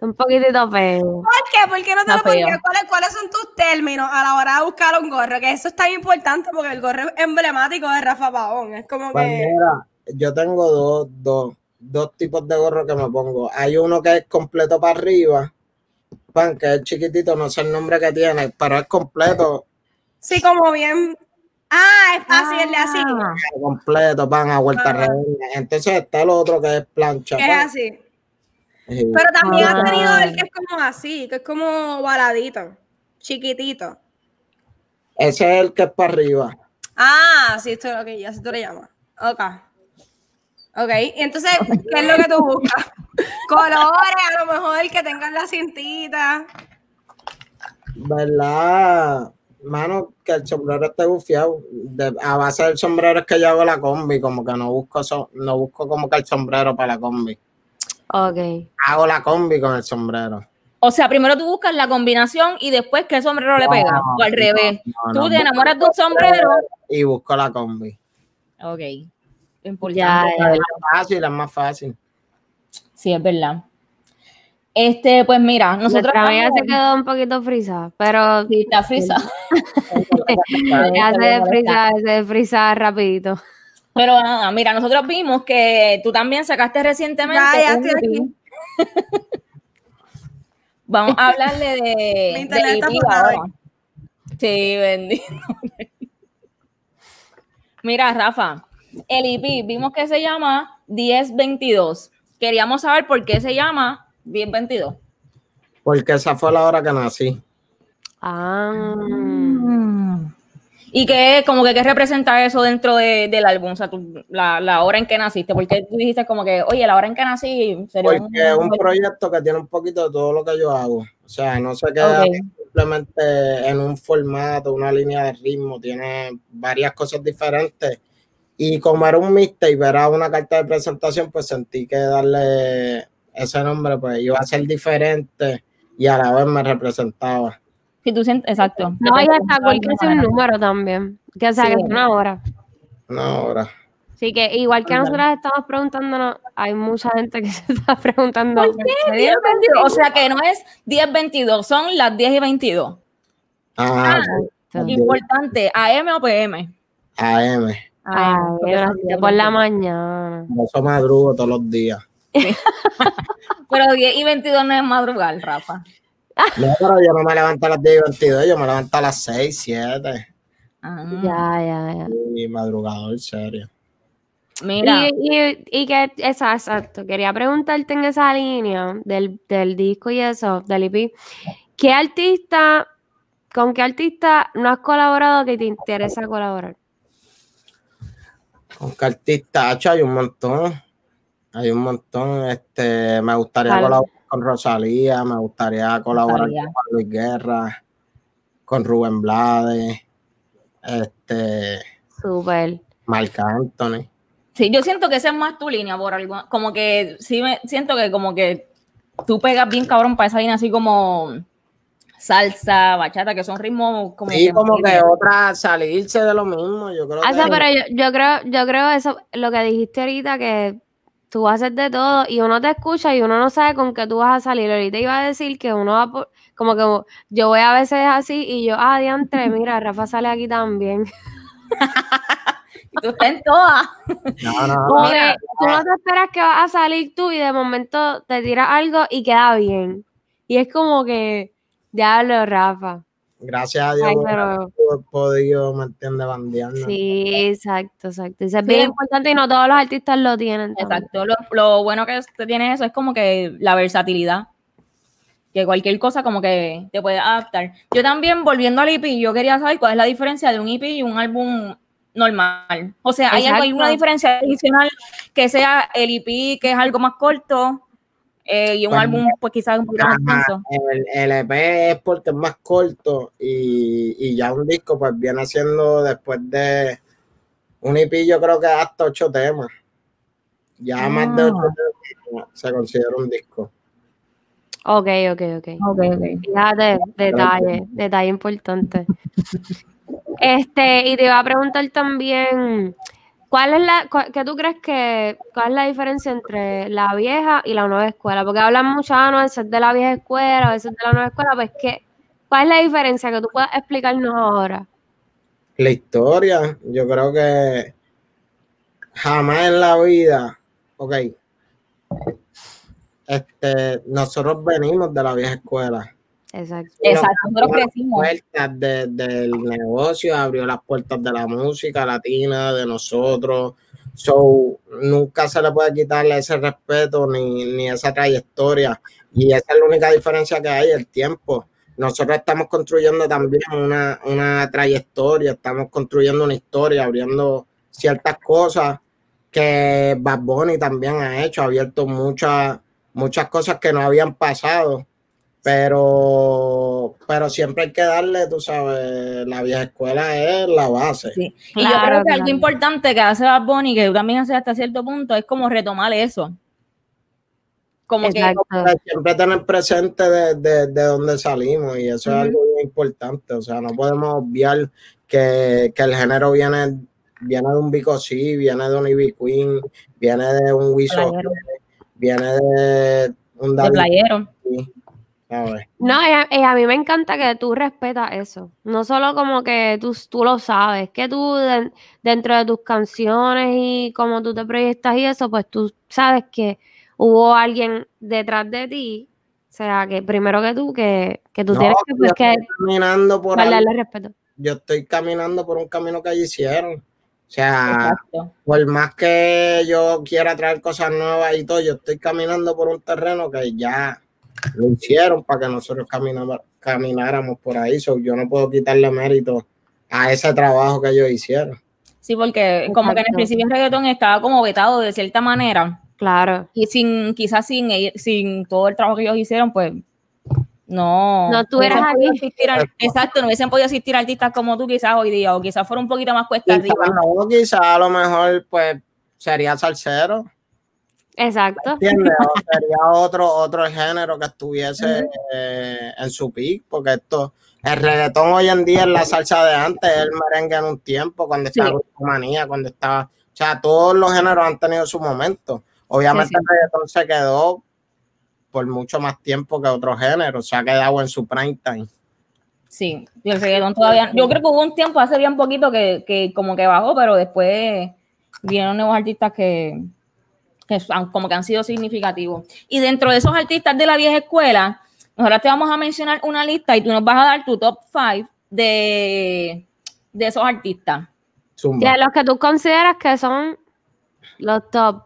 F: Un poquitito feo.
E: ¿Por qué? ¿Por qué no te
G: Está
E: lo pondrías?
G: feo.
E: ¿Cuáles, ¿Cuáles son tus términos a la hora de buscar un gorro? Que eso es tan importante porque el gorro es emblemático de Rafa Pavón. Es como
H: Pues
E: que.
H: mira, yo tengo dos, dos, dos tipos de gorro que me pongo. Hay uno que es completo para arriba, pan, que es chiquitito, no sé el nombre que tiene, pero es completo,
E: Sí, como bien. Ah, es fácil, el de así.
G: Ah.
H: completo, pan, a vuelta redonda. Entonces está el otro que es plancha.
E: Que es
H: pan.
E: así.
H: Sí.
E: Pero también has
F: Ah.
E: tenido el que es como así, que es como varadito, chiquitito.
H: Ese es el que es para arriba.
E: Ah, sí, esto es lo que ya, así tú le llamas. Ok. Ok, y entonces, ¿qué es lo que tú buscas? Colores, a lo mejor que tengan la cintita.
H: ¿Verdad? Mano, que el sombrero esté bufiado. De- a base del sombrero es que yo hago la combi, como que no busco, so- no busco como que el sombrero para la combi.
F: Ok.
H: Hago la combi con el sombrero.
G: O sea, primero tú buscas la combinación y después qué sombrero le pega. o al revés.
H: no,
G: tú
H: no,
G: te
H: no.
G: enamoras de un sombrero.
H: y busco la combi.
G: Ok. Importante.
F: Ya, ya,
H: Es más fácil, es más fácil.
G: Sí, es verdad. Este, pues mira, nosotros.
F: Nuestra amiga se
G: estamos-
F: quedó un poquito frisa, pero
G: Sí, está frisa.
F: ya se desfrisa, se desfrisa rapidito.
G: Pero nada, mira, nosotros vimos que tú también sacaste recientemente.
E: Ya, ya
G: un
E: estoy
G: EP.
E: aquí.
G: Vamos a hablarle de.
E: Mi internet
G: de
E: está
G: EP
E: apagado.
G: ahora. Sí, bendito. Mira, Rafa, el IP vimos que se llama 1022. Queríamos saber por qué se llama 1022.
H: Porque esa fue la hora que nací.
F: Ah,
G: Mm. Y que, como que, ¿qué representa eso dentro de- del álbum? O sea, tú- la, la hora en que naciste. Porque tú dijiste como que, oye, la hora en que nací sería un-
H: Porque es un proyecto que tiene un poquito de todo lo que yo hago. O sea, no se queda
G: Ok.
H: simplemente en un formato, una línea de ritmo, tiene varias cosas diferentes. Y como era un mixtape, era una carta de presentación, pues sentí que darle ese nombre pues iba a ser diferente y a la vez me representaba.
G: Si tú sientes, exacto.
F: no, y hasta
G: Representa
F: cool
G: de
F: que
G: alguna
F: es un
G: manera.
F: número también. Que o sea,
G: Sí.
F: que es una hora.
H: Una hora.
F: Así que igual que nosotras estamos preguntándonos, hay mucha gente que se está preguntando. ¿se dieron
G: 10:22, O sea que no es 1022, son las 10 y 22.
H: Ah, sí.
F: cuenta?
G: Importante, AM o PM.
H: AM.
F: Ay, gracias por la mañana.
H: Por Eso madrugo todos los días.
G: Pero 10 y 22 no es madrugar, Rafa.
H: No, pero yo no me levanto a las 10 y 22, yo me levanto a las 6, 7.
G: Ah,
F: Ya, ya, ya.
H: Y madrugador, serio.
G: Mira,
F: Y, y- y que, esa- exacto, quería preguntarte en esa línea del, del disco y eso, del E EP, ¿qué artista, con qué artista no has colaborado que te interesa colaborar?
H: Con qué artista, hacho, hay un montón. Hay un montón. Este, me gustaría
F: Vale.
H: colaborar con Rosalía, me gustaría colaborar
G: Rosalía.
H: con Juan Luis Guerra, con Rubén Blades, este,
F: Súper.
H: Marc Anthony.
G: sí, yo siento que esa es más tu línea por algo. Como que sí me siento que como que tú pegas bien cabrón para esa línea así como salsa, bachata, que son ritmos como
H: Sí,
G: que-
H: como que otra salirse de lo mismo, yo creo
F: O sea,
H: que-
F: Ah, pero yo, yo creo, yo creo eso, lo que dijiste ahorita, que tú haces de todo y uno te escucha y uno no sabe con qué tú vas a salir. Ahorita iba a decir que uno va por- como que yo voy a veces así y yo, ah, diantre, mira, Rafa sale aquí también.
G: tú estás en todas.
H: No, no,
F: Como
H: no.
F: que tú no te esperas que vas a salir tú y de momento te tiras algo y queda bien. Y es como que, diablo, Rafa.
H: Gracias a Dios
F: Ay, pero...
H: he podido, ¿me entiendes? Bandearnos.
F: Sí, exacto, exacto. Eso es
G: Sí.
F: bien importante y no todos los artistas lo tienen. también.
G: Exacto. Lo, lo bueno que usted tiene eso es como que la versatilidad. Que cualquier cosa como que te puede adaptar. Yo también, volviendo al EP, yo quería saber cuál es la diferencia de un EP y un álbum normal. O sea, ¿hay algo-
F: Exacto.
G: alguna diferencia adicional que sea el EP, que es algo más corto, eh, y un
H: Pues,
G: álbum, pues quizás un poquito más
H: Ajá,
G: extenso?
H: el, el EP es porque es más corto y, y ya un disco pues viene siendo después de un EP yo creo que hasta ocho temas. Ya más de ocho temas se considera un disco.
F: Ok, ok, ok. Fíjate, detalle, detalle importante. Este, y te iba a preguntar también, ¿cuál es la, cua- qué tú crees que, cuál es la diferencia entre la vieja y la nueva escuela? Porque hablan mucho, ah, no, eso es de la vieja escuela, o eso es de la nueva escuela, pues ¿qué? ¿cuál es la diferencia que tú puedas explicarnos ahora?
H: La historia, yo creo que jamás en la vida, ok, este, nosotros venimos de la vieja escuela.
F: Exacto.
G: Exacto, nosotros
H: abrió
G: crecimos.
H: las puertas de- del negocio, abrió las puertas de la música latina, de nosotros. So, nunca se le puede quitarle ese respeto ni, ni esa trayectoria. Y esa es la única diferencia que hay, el tiempo. Nosotros estamos construyendo también una, una trayectoria, estamos construyendo una historia, abriendo ciertas cosas que Bad Bunny también ha hecho, ha abierto muchas, muchas cosas que no habían pasado pero pero siempre hay que darle, tú sabes, la vieja escuela es la base.
G: Sí. y yo
F: Claro,
G: creo que
F: claro.
G: algo importante que hace Bad Bunny, que tú también haces hasta cierto punto, es como retomar eso. Como que
F: Exacto.
H: Siempre tener presente de, de, de dónde salimos y eso es algo bien importante, o sea, no podemos obviar que, que el género viene viene de un Vico C, viene de un Ivy Queen, viene de un Wiso,
G: Playero.
H: viene de un
G: de
H: David,
G: playero.
H: Lee, ¿sabes?
F: No, y a, y a mí me encanta que tú respetas eso. No solo como que tú, tú lo sabes, que tú den- dentro de tus canciones y cómo tú te proyectas y eso, pues tú sabes que hubo alguien detrás de ti. O sea, que primero que tú, que, que tú
H: No,
F: tienes que, pues,
H: yo
F: que
H: estoy caminando por algo,
F: guardarle respeto.
H: yo estoy caminando por un camino que ellos hicieron. O
F: Ah.
H: sea,
G: Exacto.
H: por más que yo quiera traer cosas nuevas y todo, yo estoy caminando por un terreno que ya lo hicieron para que nosotros caminaba- camináramos por ahí. So, yo no puedo quitarle mérito a ese trabajo que ellos hicieron.
G: Sí, porque como que en el
F: Exacto.
G: principio el reggaetón estaba como vetado de cierta manera.
F: Claro.
G: Y sin, quizás sin, ell- sin todo el trabajo que ellos hicieron, pues
H: Ah,
G: no.
F: No estuvieras
G: hubiesen podido
F: aquí.
G: asistir al- exacto, no hubiesen podido asistir artistas como tú quizás hoy día, o quizás fuera un poquito más cuesta
H: Quizá,
G: arriba.
H: no, quizá a lo mejor pues sería salsero,
F: Exacto.
H: ¿entiendes? O sería otro, otro género que estuviese eh, en su pick, porque esto, el reggaetón hoy en día es la salsa de antes, es el merengue en un tiempo, cuando estaba
G: Sí.
H: Manía, cuando estaba, o sea, todos los géneros han tenido su momento. Obviamente
G: Sí, sí.
H: el reggaetón se quedó por mucho más tiempo que otro género, se ha quedado en su prime time.
G: Sí, y el reggaetón todavía. Yo creo que hubo un tiempo, hace bien poquito, que, que como que bajó, pero después vinieron nuevos artistas que, que han- como que han sido significativos. Y dentro de esos artistas de la vieja escuela, ahora te vamos a mencionar una lista y tú nos vas a dar tu top 5 de, de esos artistas.
F: De los que tú consideras que son los top.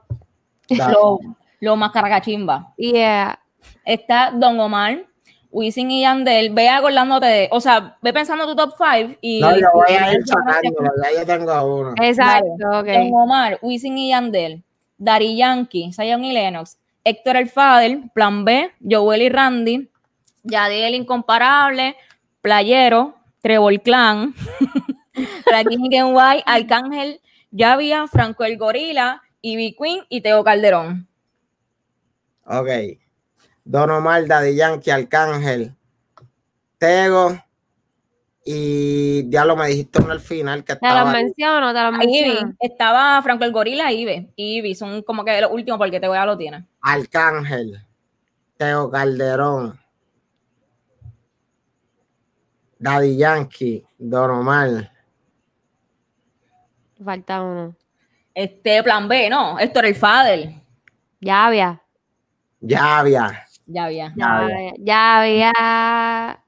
H: Dale.
G: Lo, lo más cargachimba.
F: Yeah.
G: Está Don Omar, Wisin y Yandel. Ve acordándote de, o sea, ve pensando tu top 5 y...
H: No, yo voy a
G: y-
H: ir sacándola, ya yo tengo a uno.
F: Exacto,
G: Don
F: ok.
G: Omar, Wisin y Yandel, Dari Yankee, Zion y Lennox, Héctor El Fadel, Plan B, Joel y Randy, Yadiel Incomparable, Playero, Trevor Clan, La King en White, Arcángel, Yavia, Franco El Gorila, Ivy Queen y Teo Calderón.
H: Ok. Don Omar, Daddy Yankee, Arcángel, Tego y Diablo me dijiste uno al final que
F: Te los
H: estaba.
F: menciono, te los
G: Ivy,
F: menciono.
G: estaba Franco El Gorila y Ivy. Y Ivy son como que los últimos porque Teo ya lo tiene.
H: Arcángel, Teo Calderón, Daddy Yankee, Don Omar.
F: Falta uno.
G: Este Plan B, no, Héctor El Fadel.
F: Ya había.
H: Ya había.
G: Yavia.
F: Ya había. Ya había.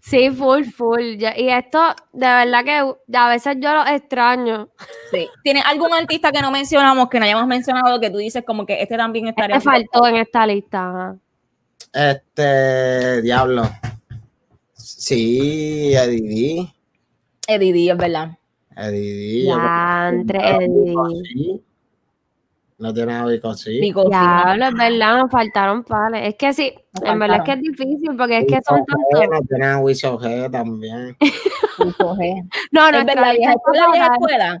F: Sí, full, full. Ya- Y esto, de verdad que a veces yo los extraño. Este
G: Sí. ¿Tienes algún artista que no mencionamos, que no hayamos mencionado, que tú dices como que este también estaría...
F: Me faltó en esta lista. ajá.
H: Este, Diablo. Sí, Eddie
G: Eddie D, es verdad.
H: D. Eddie D. yo
F: Ya, entre
H: Sí. No tiene hábito así.
G: Vico,
F: Diablo, es verdad, nos faltaron pares. Es que sí,
G: Nos
F: en verdad es que es
G: faltaron.
F: difícil porque es que son tantos.
H: No tiene a Wiso G también.
G: sí, Vico G.
F: No, no,
G: Es verdad, vieja escuela, vieja
F: es
G: escuela.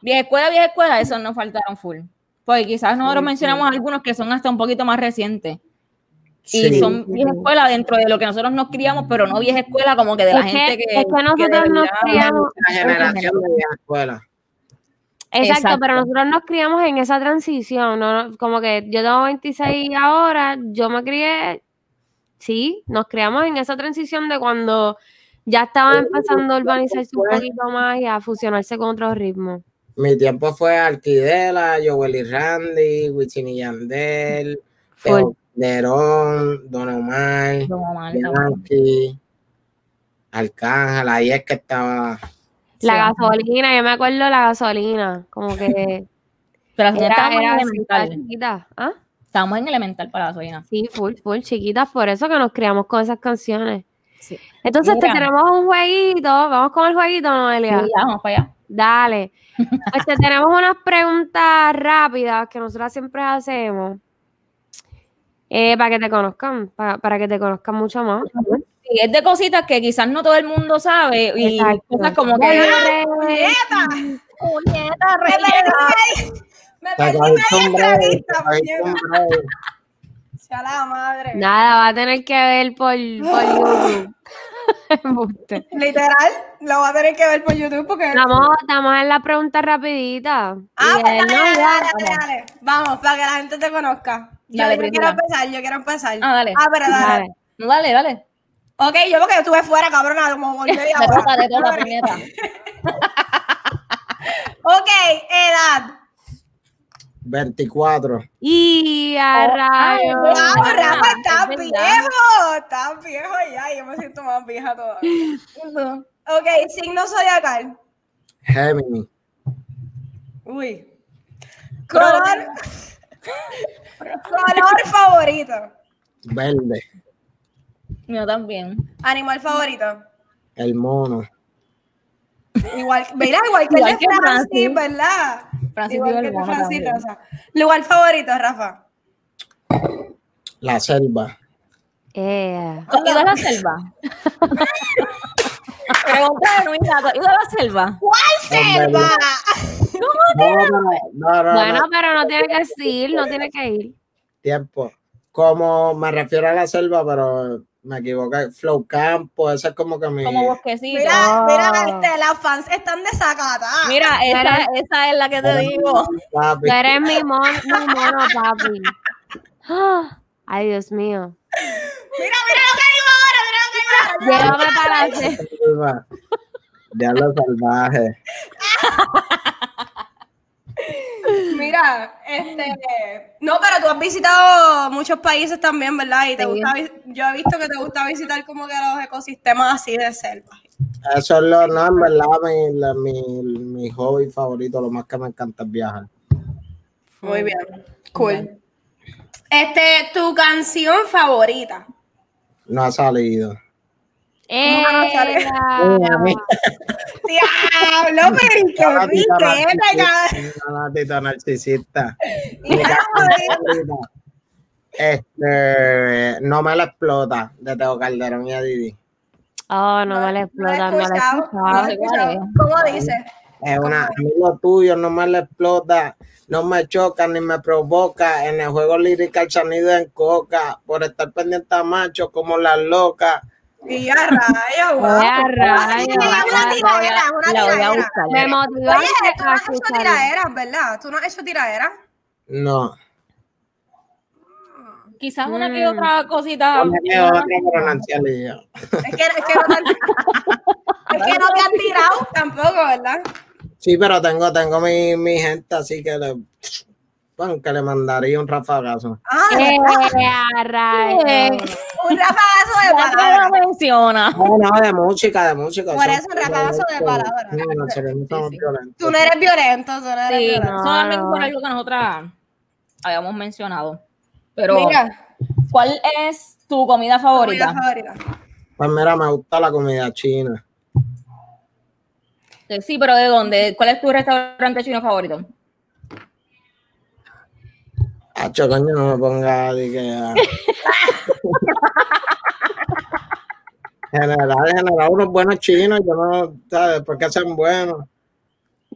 G: Vieja escuela, vieja escuela, esos nos faltaron full. Porque quizás nosotros mencionamos algunos que son hasta un poquito más recientes. Y
H: Sí.
G: son vieja escuela dentro de lo que nosotros nos criamos, pero no vieja escuela como que de la
F: Es que-
G: gente que...
F: es que nosotros
G: de
F: nos
G: verdad-
F: criamos-
H: La generación de la escuela.
F: Exacto,
G: Exacto.
F: pero nosotros nos criamos en esa transición, ¿no? No, Como que yo tengo 26 ahora, yo me crié, sí, nos criamos en esa transición de cuando ya estaba empezando a urbanizarse un poquito más y a fusionarse con otros ritmos.
H: Mi tiempo fue Arquidela, Joel y Randy, Wisin y Yandel, Teo Calderón, Don Omar,
G: Don Omar,
H: Yankee, Arcángel, ahí es que estaba.
F: La
G: Sí.
F: gasolina, yo me acuerdo la gasolina, como que
G: Pero la gasolina
F: era,
G: estábamos
F: era
G: en
F: así, estaba
G: elemental.
F: chiquita, ¿ah?
G: Estábamos en elemental para la gasolina.
F: Sí, full, full, chiquitas, por eso que nos criamos con esas canciones.
G: Sí.
F: Entonces te
G: Mira.
F: tenemos un jueguito, vamos con el jueguito, Noelia.
G: Sí, ya, vamos para allá.
F: Dale. Pues te tenemos unas preguntas rápidas que nosotras siempre hacemos. eh, para que te conozcan, pa- para que te conozcan mucho más.
G: Sí, es de cositas que quizás no todo el mundo sabe y
F: Exacto.
G: cosas como que ah,
F: Dale.
E: Me perdí, me
H: Te
E: perdí
H: cogiste
E: media
H: un break, te
E: entrevista,
H: cogiste un
E: puñeta.
H: break.
E: Sea la madre.
F: Nada, va a tener que ver por, por YouTube. Embuste.
E: Literal, lo voy a tener que ver por YouTube porque.
F: Estamos, estamos en la pregunta rapidita.
E: Ah,
F: Y
E: pues
F: él
E: dale,
F: nos
E: dale,
F: da-
E: dale, dale, dale. Vamos, para que la gente te conozca. Yo,
G: Dale,
E: yo
G: Priscila.
E: quiero empezar, yo quiero empezar.
G: Ah, dale.
E: pero dale.
F: Dale.
G: No, dale, dale.
E: Ok, yo porque yo estuve fuera, cabrona, como pues, por media
G: Te toca,
E: hora.
G: te toca, puñeta.
E: Ok, edad.
H: 24.
F: Y a rayos.
E: Wow, Rafa,
G: es
E: estás
G: verdad.
E: viejo. Estás viejo ya, yo me siento más vieja todavía. Ok, signo zodiacal.
H: Gemini.
E: Uy. Color. Color favorito.
H: Verde.
G: Yo también.
E: Animal favorito.
H: El mono.
E: Igual, ¿verdad? Igual que
G: Igual
E: el de
G: que Francis.
E: Francis, ¿verdad?
G: Francis
E: Igual
G: dijo
E: que
G: el
E: el de
G: mono
E: Francis
G: también.
E: Rosa. Lugar favorito, Rafa.
H: La selva.
F: Eh,
G: ¿Tú has ido a la selva? Pregunta genuina, ¿tú has ido a la selva?
E: Selva.
H: No, no, no, no,
F: Bueno,
H: no.
F: pero no tiene que ir, no tiene que ir.
H: Tiempo. Como me refiero a la selva, pero me equivoqué. Flow Campo, eso es como que mi.
G: Como bosquecito. Mira,
E: Mira, mira, este, las fans están desacatadas.
G: esa, esa es la que te digo.
H: Papi.
F: Tú eres mi mono, mi mono papi. Ah, Ay, Dios mío.
E: Mira, mira lo que digo ahora,
F: Llegó prepararse.
H: Ya lo salvaje.
E: Mira, este. No, pero tú has visitado muchos países también, ¿verdad? Y te
F: Sí.
E: gusta. vi- Yo he visto que te gusta visitar como que los ecosistemas así de selva.
H: Eso es lo, no, en verdad, mi, la- mi, mi hobby favorito, lo más que me encanta es viajar.
E: Muy bien. Cool. Este, tu canción favorita.
H: No ha salido.
E: ¿Cómo van a salir?
F: ¡Ea!
E: Diablo, pero qué
H: Fanática
E: riqueta, cabrón.
H: narcisista, fanática narcisista.
E: Diablo.
H: Este, no me la explota de Teo Calderón y a Didi.
F: Oh, no me la
E: No la
F: explotan,
E: he
F: no la
E: escuchado, no la he
F: explotan.
E: escuchado. ¿Cómo dice?
H: Es una, a mí lo tuyo no me la explota, no me choca ni me provoca. En el juego lírica el sonido en coca, por estar pendiente a macho como la loca.
E: Y a rayos, guau.
F: Ea,
E: Así que Es
F: rayos.
E: una tiradera,
G: La
E: es una
G: voy a
E: tiradera.
G: buscar.
F: Me
E: Oye,
F: motivaste
E: tú no
F: a
E: has hecho
F: escuchar.
E: tiraderas, ¿verdad? Tú no has hecho tiraderas.
H: No,
G: Quizás una
E: Mm.
G: que otra cosita.
H: no me quedo otra pero Nancy Alillo.
E: Es que, es que no te han, es que no te han tirado tampoco, ¿verdad?
H: Sí, pero tengo, tengo mi, mi gente, así que le, bueno, que le mandaría un rafagazo.
E: Ah,
F: ¡Ea, rayos!
E: un rafagazo de
G: Ya que
E: palabras.
G: lo menciona.
H: No, no, de música, de música.
E: Por
H: son-
E: eso un rafagazo de palabras.
H: No, no, se ven tan violentos.
E: Tú no eres violento, tú no eres
G: Sí,
E: violento.
F: no,
G: solamente
F: no.
G: por algo que nosotras habíamos mencionado. Pero,
E: Mira,
G: ¿cuál es tu comida favorita?
E: comida favorita.
H: Pues mira, me gusta la comida china.
G: Que Eh, Sí, pero ¿de dónde? ¿Cuál es tu restaurante chino favorito?
H: Hacho, coño, no me ponga de que. ah. general, general, unos buenos chinos, yo no, ¿sabes? ¿Por qué sean buenos?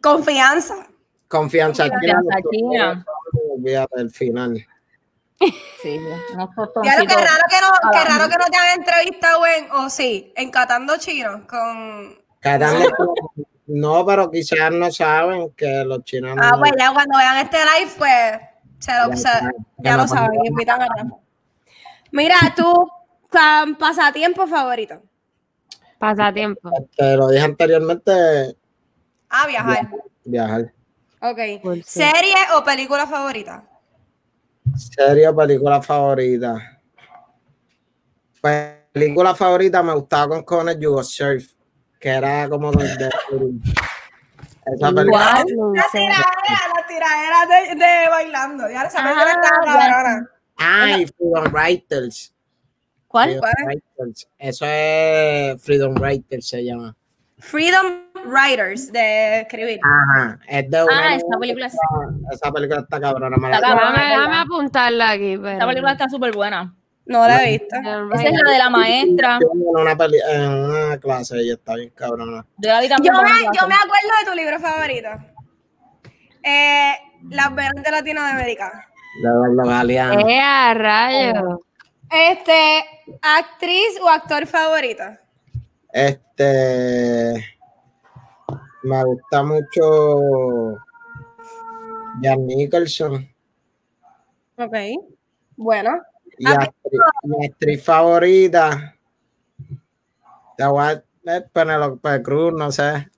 E: Confianza.
H: Confianza china.
G: Confianza china.
H: Olvídate del final.
G: Sí, unos
E: Ya lo que
G: tostoncitos.
E: raro que no, que raro que no te han entrevistado en, o sí, en Catando Chino con.
H: Catando- no, pero quizás no saben que los chinos.
E: Ah,
H: no-
E: pues ya cuando vean este live, pues se lo,
H: Ya
E: se-
H: está,
E: ya
H: ya
E: lo
H: la
E: saben,
H: pandemia.
E: invitan a Rafa. Mira, tu can- pasatiempo favorito.
F: Pasatiempo.
H: Te lo dije anteriormente,
E: Ah, viajar.
H: viajar.
E: Ok.
F: Cool, sí.
E: ¿Serie o película favorita?
H: Serio, película favorita. Película favorita me gustaba con Conner Yugo Surf, que era como de- de- esa película.
G: ¿Cuál?
F: No
E: La
F: sé.
E: tiradera, la tiradera de, de bailando. Ah, Ya esa película estaba cabrona.
H: Ay, Freedom Writers.
G: ¿Cuál?
H: Freedom Writers. Eso es Freedom Writers se llama.
E: Freedom Writers de escribir.
H: Ajá. Es de una
G: Ah,
H: niña
G: esa
H: que
G: película es-
H: está- Esa película está cabrona. me la-
G: Está
F: Déjame,
G: cabrona,
F: déjame apuntarla aquí, pero.
G: Esta película está súper buena.
E: No la he visto.
G: Esa es la de la maestra.
H: En una, peli- en una clase y está bien cabrona.
G: Yo la vi
E: Yo
G: también.
E: me,
G: cuando
E: yo me
G: la
E: acuerdo de tu libro favorito. Eh, Las venas de Latinoamérica.
H: De los
G: Eh,
H: alianos.
F: ¡Ea, rayos!
E: Este, actriz o actor favorito.
H: Este. Me gusta mucho. Jan Nicholson.
E: Ok. Bueno.
H: Y,
E: Ah,
H: actriz, mi actriz favorita. La voy a- es Penelope Cruz, no sé.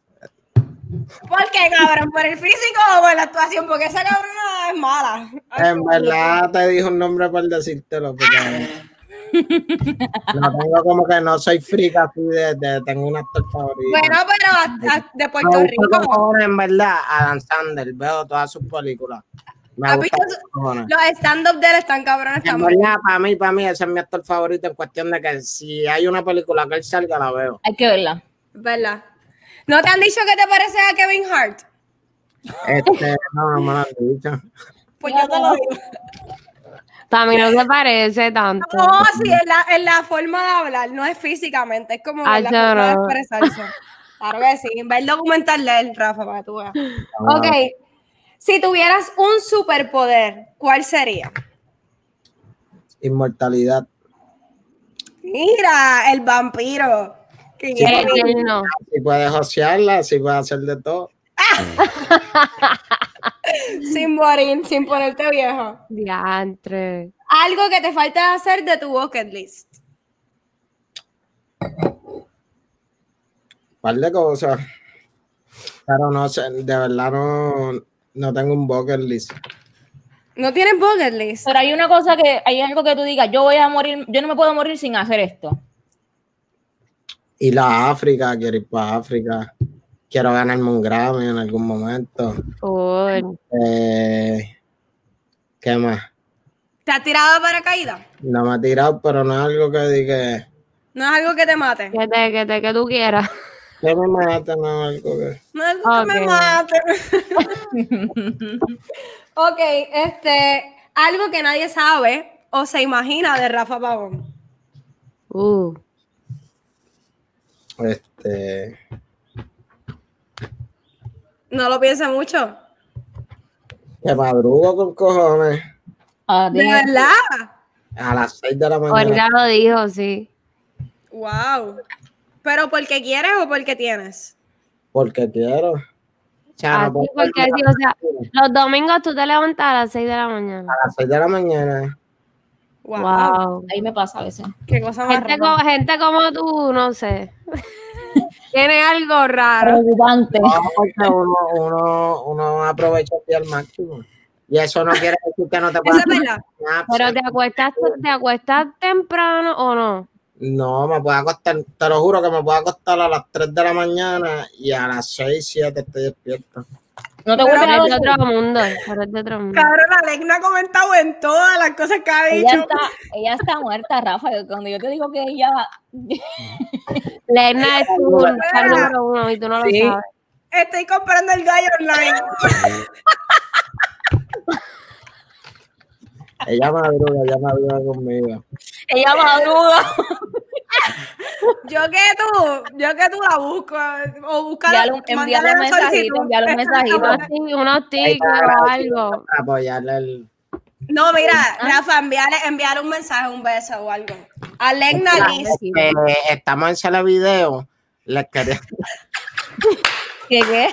E: ¿Por qué, cabrón? ¿Por el físico o por la actuación? Porque esa cabrona es mala.
H: En verdad te dije un nombre por decírtelo.
E: Ah.
H: Porque no tengo como que no soy frica así de, de- tengo un actor favorito.
E: Bueno, pero a- a- de Puerto
H: me gusta con
E: Rico.
H: cojones, en verdad Adam Sandler, veo todas sus películas. Me
E: ¿Has
H: gusta
E: visto
H: con
E: su-
H: cojones.
E: Los stand-up de él están cabrones
H: En
E: también.
H: verdad, para mí, para mí, ese es mi actor favorito en cuestión de que si hay una película que él salga, la veo.
G: Hay que verla.
E: ¿Verdad? ¿No te han dicho que te pareces a Kevin Hart?
H: Este, no, no me lo han dicho.
E: Pues yo te lo digo.
F: También no se parece tanto.
E: No, sí, es la, es la forma de hablar, no es físicamente, es como
F: Ah,
E: la
F: yo
E: forma de
F: no.
E: expresarse. Claro que sí, ve el documental de él, Rafa, para que tú veas.
H: Ah.
E: Ok, si tuvieras un superpoder, ¿cuál sería?
H: Inmortalidad.
E: Mira, el vampiro. Que
H: Sí,
E: ya-
F: Eterno.
H: Si puedes josearla, si puedes hacer de todo.
E: sin morir, sin ponerte viejo.
F: Diantre.
E: Algo que te falta hacer de tu bucket list.
H: par de cosas. Pero no sé, de verdad no, no tengo un bucket list.
E: No tienes bucket list.
G: Pero hay una cosa que, hay algo que tú digas, yo voy a morir, yo no me puedo morir sin hacer esto.
H: Y la África, quiero ir para África. Quiero ganarme un Grammy en algún momento.
F: Cool.
H: Eh, ¿Qué más?
E: ¿Te has tirado de paracaídas?
H: No me ha tirado, pero no es algo que diga.
E: No es algo que te mate.
F: Que, te, que, te, que tú quieras.
H: Que me mata, no es algo que.
E: No es algo que me
F: Ok.
E: mate. ok, este, algo que nadie sabe o se imagina de Rafa Pavón.
F: Uh,
H: Este.
E: No lo piense mucho.
H: Que madrugo con cojones
G: Ah,
E: De verdad.
H: a las 6 de la mañana.
F: ahorita lo dijo, sí.
E: Wow. Pero porque quieres o porque tienes.
H: Porque quiero. pues, O sea, no
F: Así
H: puedo
F: porque
H: dormir
F: Ah, sí, o sea, los domingos tú te levantas a las 6 de la mañana.
H: a las 6 de la mañana.
E: Wow.
F: Wow.
G: Ahí me pasa a veces.
E: Qué cosa más
G: Este
F: Gente
E: rara.
F: como, gente como tú, no sé. Tiene algo raro.
G: Preocupante.
H: No, porque uno, uno, uno aprovecha el día al máximo. Y eso no quiere decir que no te
E: Eso
H: puedas
E: es verdad.
H: nap,
F: Pero te acuestas, te acuestas temprano o no.
H: No, me puedo acostar, te lo juro que me puedo acostar a las 3 de la mañana y a las 6, 7 estoy despierto.
G: No te
F: Pero
G: vuelves a
F: es de
G: dormir.
F: otro mundo. Pero es de otro mundo.
E: Cabrón, Alec no ha comentado en todas las cosas que ha
G: Ella
E: dicho.
G: está, ella está muerta, Rafa. Cuando yo te digo que ella
F: Lerna es tu fan número uno y tú no
G: Sí.
F: lo sabes.
E: Estoy comprando el gallo online.
H: Ella madruga, ella madruga conmigo.
G: ella madruga,
E: Yo que tú, yo que tú la busco. O buscar
G: Envíale un- envíale un mensajito, envíale un mensajito.
F: Unos tic- Unos
H: Ahí
F: tics
H: está,
F: o
H: gracias
F: algo.
H: por Apoyarle el.
E: No, mira, Rafa, envíale, envíale un mensaje, un beso o algo. Alegna Liz.
H: Eh, estamos en sala video. Les quería.
G: ¿Qué qué?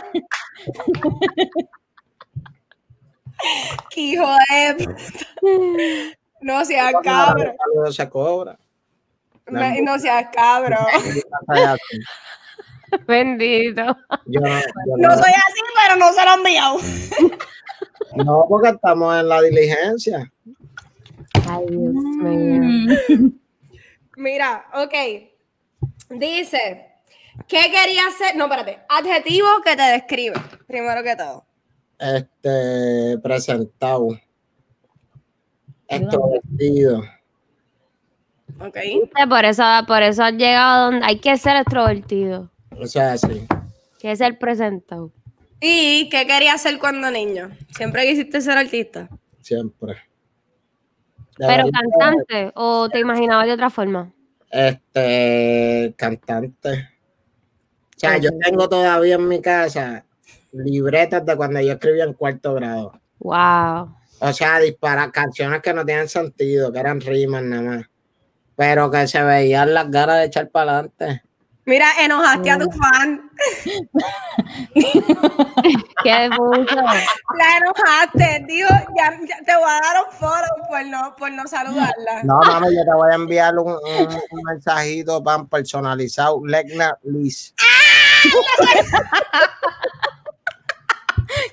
E: que hijo de. No seas cabrón.
H: No se cobra.
E: Me- No seas cabrón.
F: Bendito.
H: Yo no, yo
E: No soy así, pero no se lo he enviado.
H: no, no, porque estamos en la diligencia.
F: Ay, Dios mío.
E: Mira, ok. Dice, ¿qué quería hacer? No, espérate. Adjetivo que te describe, primero que todo.
H: Este, presentado. Extrovertido.
E: Ok.
F: Viste, Por eso, por eso has llegado donde hay que ser extrovertido.
H: O sea, sí.
F: Que es el presentado.
E: ¿Y qué quería hacer cuando niño? Siempre quisiste ser artista.
H: Siempre. De
F: Pero
H: verdad,
F: cantante, o te imaginabas de otra forma.
H: Este, cantante. O sea, yo tengo todavía en mi casa libretas de cuando yo escribía en cuarto grado.
F: Wow.
H: O sea, disparar canciones que no tenían sentido, que eran rimas nada más. Pero que se veían las ganas de echar para adelante.
E: Mira, enojaste a tu fan.
F: Qué mucho.
E: La enojaste. Digo, ya, ya te voy a dar un follow por no, por no saludarla.
H: No, mami, yo te voy a enviar un, un- un mensajito pan personalizado. Legna Liz.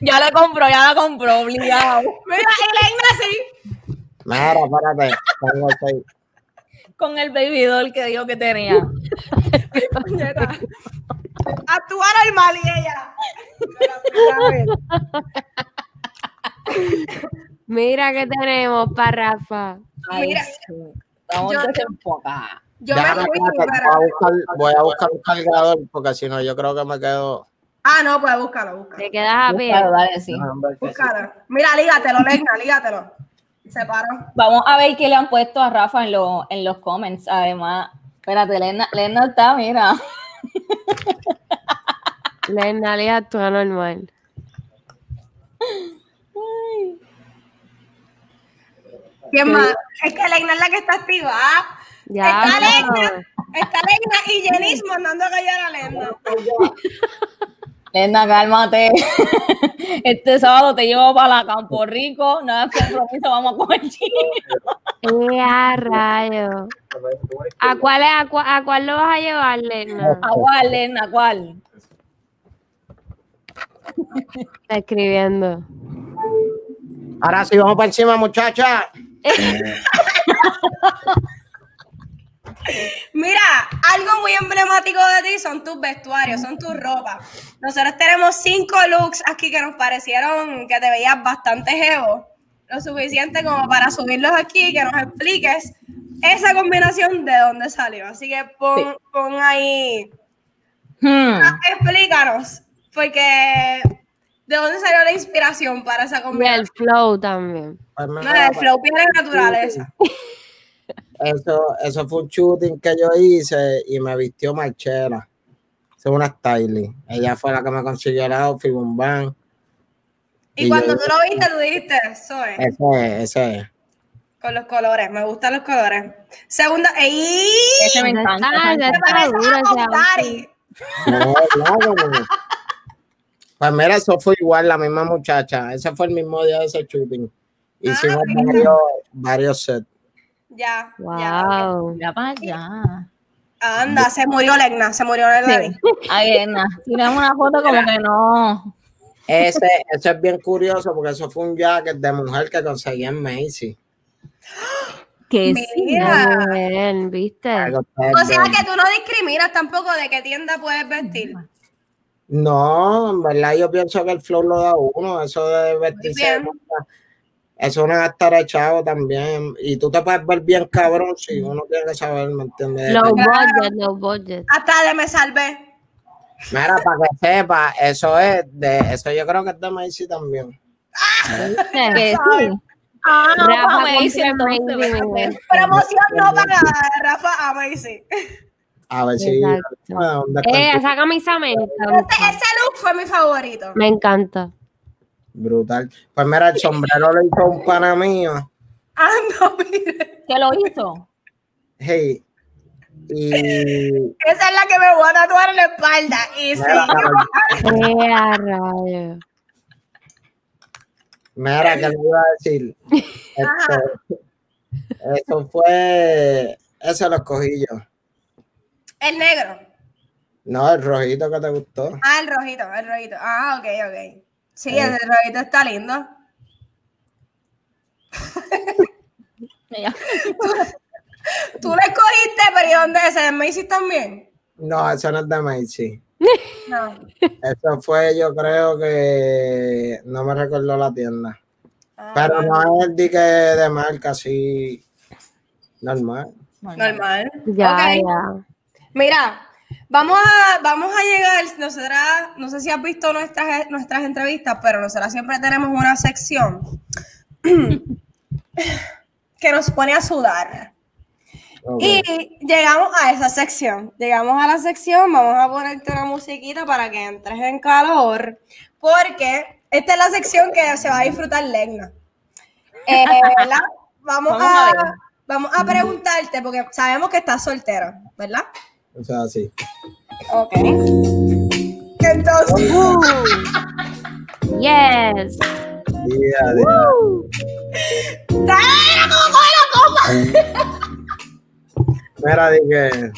G: Ya la compró, ya la compró, obligado.
E: Mira, Elena sí.
H: Mira, espérate. Tengo seis.
G: Con el baby doll que dijo que tenía.
E: puñeta. Actuar al mal y ella. Mira, mira,
F: Mira que tenemos para Rafa.
G: Ay,
E: Mira,
G: sí. Estamos
E: yo-
G: desenfocadas.
E: Yo me
H: Déjame,
E: fui
H: espérate,
E: para...
H: voy, a buscar, voy a buscar un cargador porque si no, yo creo que me quedo.
E: Ah, no, pues búscalo, búscalo.
F: Te quedas a pie.
G: Claro, dale, sí.
H: Ah.
E: Búscalo. Mira, lígatelo, Legna, lígatelo. Se paró.
G: Vamos a ver qué le han puesto a Rafa en, lo- en los comments. Además, espérate, Lena, Lena está, mira.
F: Lena, le actúa normal.
E: ¿Quién más? Es que Legna es la que está activa. ¿ah?
F: Ya.
E: Está
F: bro.
E: Legna. Está Legna y Jenis mandando a callar a Legna.
G: Lena, cálmate. Este sábado te llevo para la Campo Rico. Nada, de compromiso, vamos a comer chino.
F: ¡Eh, a rayo! ¿A cuál, es- a, cua- a cuál lo vas a llevar, Lena?
G: ¿A cuál, Lena? ¿A cuál?
F: Está escribiendo.
H: Ahora sí, vamos para encima, muchacha.
E: Mira, algo muy emblemático de ti son tus vestuarios, son tus ropas. Nosotros tenemos cinco looks aquí que nos parecieron que te veías bastante jevo. Lo suficiente como para subirlos aquí y que nos expliques esa combinación de dónde salió. Así que pon,
G: Sí.
E: pon ahí.
G: Hmm.
E: Ah, Explícanos, porque ¿de dónde salió la inspiración para esa
F: Y
E: combinación?
F: el flow también.
H: Pues
E: No, el flow piedra naturaleza.
H: Eso, eso fue un shooting que yo hice y me vistió Marchera. Es una styling. Ella fue la que me consiguió el outfit, un van.
E: Y cuando
H: yo-
E: tú lo viste, tú dijiste, eso es.
H: Eso es, eso es.
E: Con los colores, me gustan los colores. Segunda, ¡ey!
G: Ese me
F: Está,
G: encanta. ese me
E: Me
F: está
G: encanta.
E: parece
F: duro ese
E: a Bob Daddy.
H: No, claro, no. Pues mira, eso fue igual, la misma muchacha. Ese fue el mismo día de ese shooting. Hicimos
E: Ah,
H: varios, varios sets.
E: Ya, ya. ok.
F: Wow.
G: Mira para allá.
E: Anda, se murió Legna, se murió Legna.
G: Sí. Ay, Lena, tiramos una foto como que no.
H: Ese, ese es bien curioso porque eso fue un jacket de mujer que conseguí en Macy.
G: Que sí.
E: Mira.
F: Muy bien, ¿viste?
E: O sea que tú no discriminas tampoco de qué tienda puedes vestir.
H: No, en verdad yo pienso que el flow lo da uno, eso de vestirse. de
E: bien.
H: mujer, Eso no es estar echado también. Y tú te puedes ver bien cabrón si uno tiene que saber, ¿me entiendes?
F: Low budget, low budget.
E: Hasta de me salvé.
H: Mira, para que sepa, eso es de, eso yo creo que es de Macy también.
F: ¿Viste?
G: Que sí. Ah,
F: Rafa
G: me dice
F: contra
G: entonces,
F: Mandy,
G: ¿verdad?
F: mi amor.
E: Promoción no pagada de Rafa Amazing.
H: A ver si
F: Exacto.
H: Ah, ¿dónde está
F: Eh,
H: el-
F: esa camisa me encanta.
E: Este, Ese, ese look fue mi favorito.
F: Me encanta.
H: brutal. Pues mira, el sombrero lo hizo un pana mío.
E: Anda, Ah, mire.
G: ¿Qué lo hizo?
H: Hey. Y
E: Esa es la que me voy a tatuar en la espalda. Y sí.
H: mira, para-
F: ¡Eh, a rayo!
H: Mira, ¿qué le iba a decir? Esto, eso fue. Eso lo escogí yo.
E: El negro.
H: No, el rojito que te gustó.
E: Ah, el rojito, el rojito. Ah, ok, ok. Sí, el rojito está lindo.
G: Ella-
E: Tú lo escogiste, pero ¿y dónde es? ¿En Macy's también?
H: No, eso no es de Macy.
E: No.
H: Eso fue, yo creo que. No me recordó la tienda.
E: Ah,
H: Pero no es de, que de marca así. Normal.
E: normal.
F: Ya,
E: Ok.
F: ya.
E: Mira, vamos a, vamos a llegar, nosotras, no sé si has visto nuestras, nuestras entrevistas, pero nosotras siempre tenemos una sección que nos pone a sudar.
H: Ok.
E: Y llegamos a esa sección. Llegamos a la sección, vamos a ponerte una musiquita para que entres en calor, porque esta es la sección que se va a disfrutar Legna. Eh, ¿verdad? Vamos,
G: Vamos
E: a,
G: a ver.
E: vamos a preguntarte, porque sabemos que estás soltero, ¿verdad?
H: O sea, así.
E: Ok. Entonces,
F: Yes.
H: Día de-
E: ¡Dale, mira cómo coge la copa!
H: Mira, dije.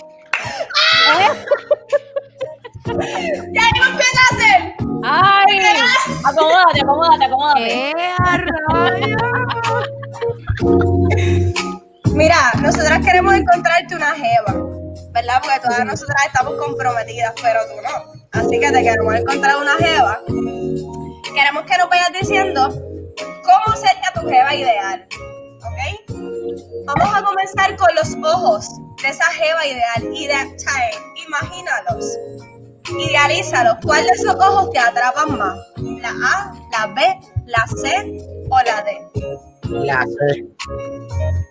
E: Y ahí lo empieza a hacer.
G: Ay, acomódate, acomódate, acomódate.
F: ¡Eh, a rayo!
E: Mira, nosotras queremos encontrarte una jeva, ¿verdad? Porque todas nosotras estamos comprometidas, pero tú no. Así que te queremos encontrar una jeva. Queremos que nos vayas diciendo cómo sería tu jeva ideal, ¿ok? Vamos a comenzar con los ojos de esa jeva ideal. Y de, ¿sabes? Imagínalos, idealízalos. ¿Cuál de esos ojos te atrapan más? ¿La A, la B, la C o la D?
H: La sé,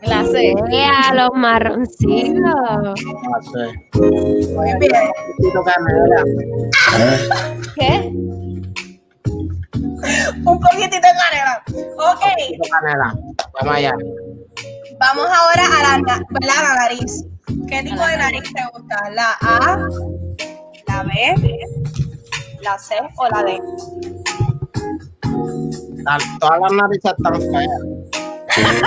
G: La sé.
F: ¡Eh, a los marroncitos!
H: la sé.
E: Muy bien.
H: Tito Canela.
G: ¿Qué?
E: Un poquitito de canela. Ok,
H: Tito Canela. Vamos allá.
E: vamos ahora a la, na- ¿verdad? A la nariz. ¿Qué tipo de nariz te gusta? ¿La A, la B, la C o la D?
H: Tal- Todas las narices están feas.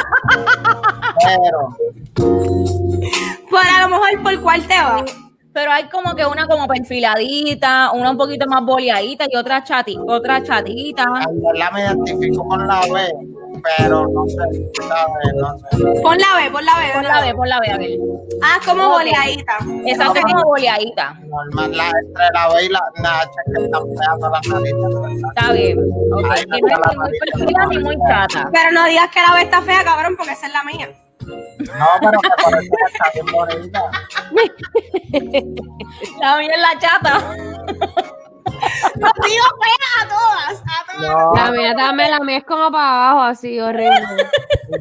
H: Pero,
E: Pues a lo mejor por cuál te va.
G: Pero hay como que una como perfiladita, una un poquito más boleadita y otra chati, otra chatita.
H: en verdad me identifico con la B, pero no sé, ¿sabes? No sé.
E: Pon la B, pon la B.
G: Por la B, por la B, a ver.
E: Ah, es como
G: Ok.
E: boleadita.
G: Esa
E: Ok.
G: es como boleadita.
H: Normal, la, entre la B y la Nacha, que están pegando las narices.
G: Está bien. Ok.
H: Ay,
G: Que no es ni
H: la
G: muy perfilada ni muy chata.
E: Pero no digas que la B está fea, cabrón, porque esa es la mía.
H: No, pero que por eso está bien bonita.
G: La mía es la chata.
E: Los digo fea a todas, a todas.
H: No,
F: La mía también, la mía es como para abajo, así, horrible.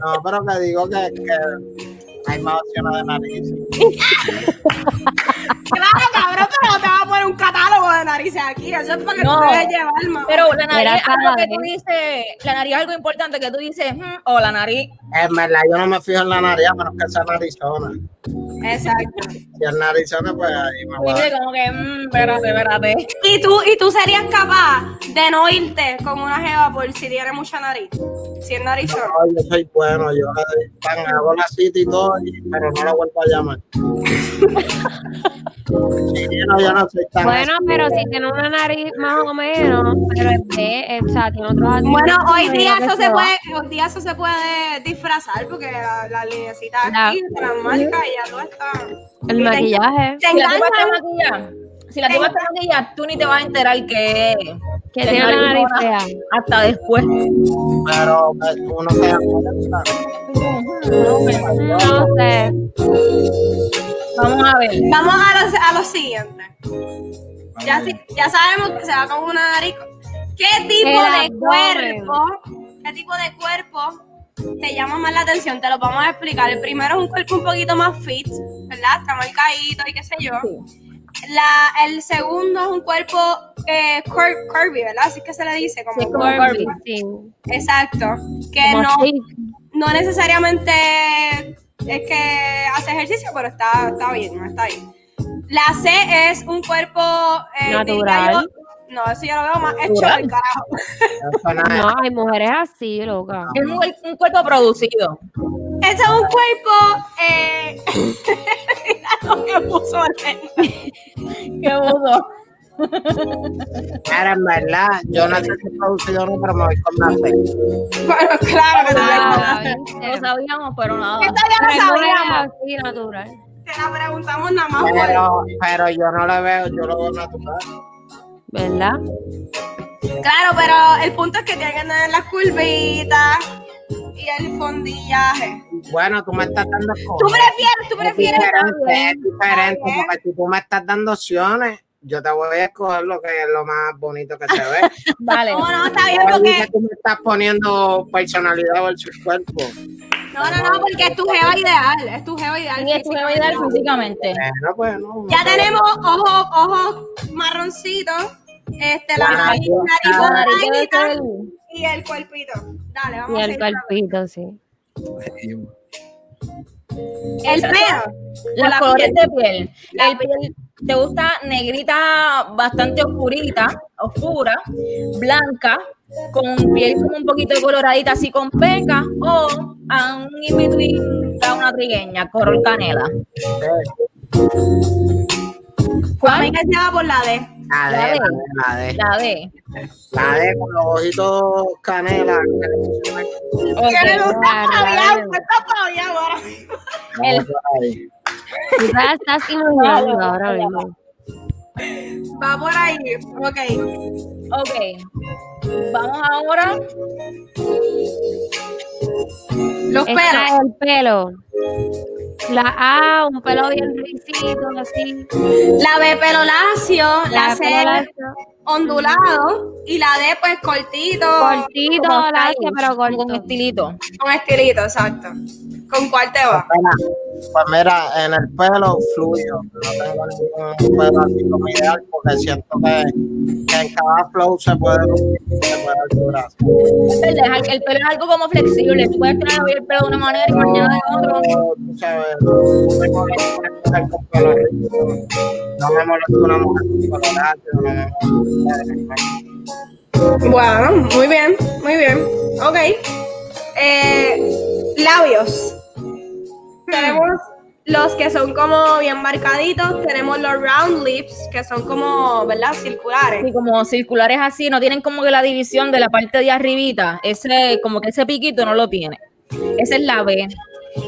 H: no, pero que digo que, que hay más opciones de nariz.
E: Claro, cabrón, pero no te va a poner un catálogo de narices aquí. Eso es para que
G: No.
E: no. te dejes llevar, mamá.
G: Pero la
F: Era
G: nariz es algo que
F: padre.
G: tú dices, la nariz es algo importante que tú dices, "Hmm", o la nariz.
H: En verdad, yo no me fijo en la nariz, a menos que sea narizona.
E: Exacto.
H: Si es narizona, pues ahí me voy a
G: Dice como que, "Mm, espérate, espérate.
E: ¿Y tú, y tú serías capaz de no irte con una jeva por si tiene mucha nariz. Si es narizón.
H: No, yo soy bueno, yo le doy pan, hago la cita y todo, y- pero no la vuelvo a llamar. Sí, no, yo no soy tan
F: Bueno, pero si tiene una nariz más o menos, pero es de, o sea, tiene otros atributos,
E: Bueno, hoy
F: yo
E: día
F: creo
E: eso
F: que
E: se
F: va.
E: puede, hoy día eso se puede disfrazar porque la, la linecita
F: La-
E: aquí, te la marca y ya tú estás.
F: El
E: Mira,
F: maquillaje,
E: Te
G: Si la tuba está
E: enganchan.
G: maquillada, si la tuba está maquillada, tú ni te vas a enterar que
F: que
G: que
F: tiene una nariz eh.
G: narizona
F: fea.
G: hasta después.
H: pero eh, uno se da cuenta.
F: No sé.
G: Vamos a ver.
E: Vamos a lo, a lo siguiente. Ya, si- ya sabemos que se va con una nariz. ¿Qué tipo
F: El
E: de
F: abdomen.
E: cuerpo? ¿Qué tipo de cuerpo te llama más la atención? Te lo vamos a explicar. El primero es un cuerpo un poquito más fit, ¿verdad? Está marcadito y qué sé yo. La, el segundo es un cuerpo eh, cur- curvy, ¿verdad? Así que se le dice. Como
F: Sí, como Eh, Barbie, sí.
E: Exacto. Que
F: Como
E: no,
F: chic.
E: no necesariamente es que hace ejercicio, pero está, está bien, no está bien. La C es un cuerpo eh, diría
F: Natural.
E: yo- no, eso yo lo veo más hecho
G: Natural.
E: del carajo.
H: Eso nada,
F: No, hay mujeres así, loca.
G: Es un, cuer- un cuerpo producido.
E: Ese es un cuerpo. Eh, mira lo que puso Belén.
G: Qué budo.
H: Ahora, en verdad, yo no sé si es producido o no, pero me voy con la fe.
E: Bueno, claro que te
F: Ah,
E: la
F: ¿viste?
G: No sabíamos, pero nada.
E: Esta ya
F: Hay
E: la
F: mujeres
E: sabíamos.
F: así, natural.
E: Te la preguntamos nada más. por-
H: Pero, pero yo no lo veo, yo lo veo natural.
F: ¿Verdad?
E: Claro, pero el punto es que tienen que tener las curvitas y el fondillaje.
H: Bueno, tú me estás dando
E: ¿Tú
H: cosas.
E: prefieres? ¿Tú
H: Es
E: prefieres?
H: diferente, es diferente, porque si tú me estás dando opciones, yo te voy a escoger lo que es lo más bonito que se ve.
G: Dale.
E: No, no, está bien
H: Ahora
E: porque.
H: dice que me estás poniendo personalidad por su cuerpo.
E: No, no, no, porque es tu jeva ideal, es tu jeva ideal.
G: Y es tu ideal físicamente.
H: Bueno, pues no.
E: Ya tenemos ojos, ojos marroncitos, este, la
H: Ah,
E: nariz,
H: ya.
E: nariz,
G: La nariz debe
E: bonita
G: ser-
E: y el cuerpito. Dale, vamos
F: Y
E: a
F: el
E: seguir.
F: calpito, sí.
E: El pelo.
G: Los
E: la
G: colores
E: piel.
G: de piel. El piel te gusta negrita bastante oscurita, oscura, blanca, con piel como un poquito coloradita así con peca o a un in between da una trigueña, color canela.
E: A mí
G: ¿Cuál?
E: me lleva por la D.
H: La
G: Ya
H: de,
G: ves.
H: la de,
G: La D.
H: la de con los ojitos canela.
E: Que le gusta
F: Guarda,
E: paviao,
F: dale.
E: me gusta paviao ahora.
G: El-
H: Ahí.
F: Tú te la estás imaginando ahora mismo.
E: Va por ahí, ok.
G: Ok. Vamos ahora.
E: Los
G: Este,
F: Esta
E: pelos.
F: es Ah, el pelo. La A, un pelo bien ricito, así.
E: La B, pelo lacio, la,
F: La
E: C,
F: pelo lacio.
E: ondulado y la D, pues cortito.
F: Cortito,
G: como
F: lacio,
G: stylish,
F: pero
G: como Con
F: corto.
G: estilito.
E: Un estilito, exacto. ¿Con cuál te va?
H: Pues mira, en el pelo fluyo. No tengo ningún pelo así como ideal porque siento que, que en cada flow se puede lucir, se puede alturar.
G: El, el pelo es algo como flexible. Tú puedes tener hoy el pelo de una manera y mañana de otra.
H: Tú sabes, no me molesta una mujer con pelo rico, no me molesta una mujer con pelo lacio, no me molesta.
E: Bueno, muy bien, muy bien. Ok. Eh, Labios. Tenemos los que son como bien marcaditos, tenemos los round lips, que son como, ¿verdad? Circulares.
G: Y como circulares así, no tienen como que la división de la parte de arribita. Ese, como que ese piquito no lo tiene. Esa es la B.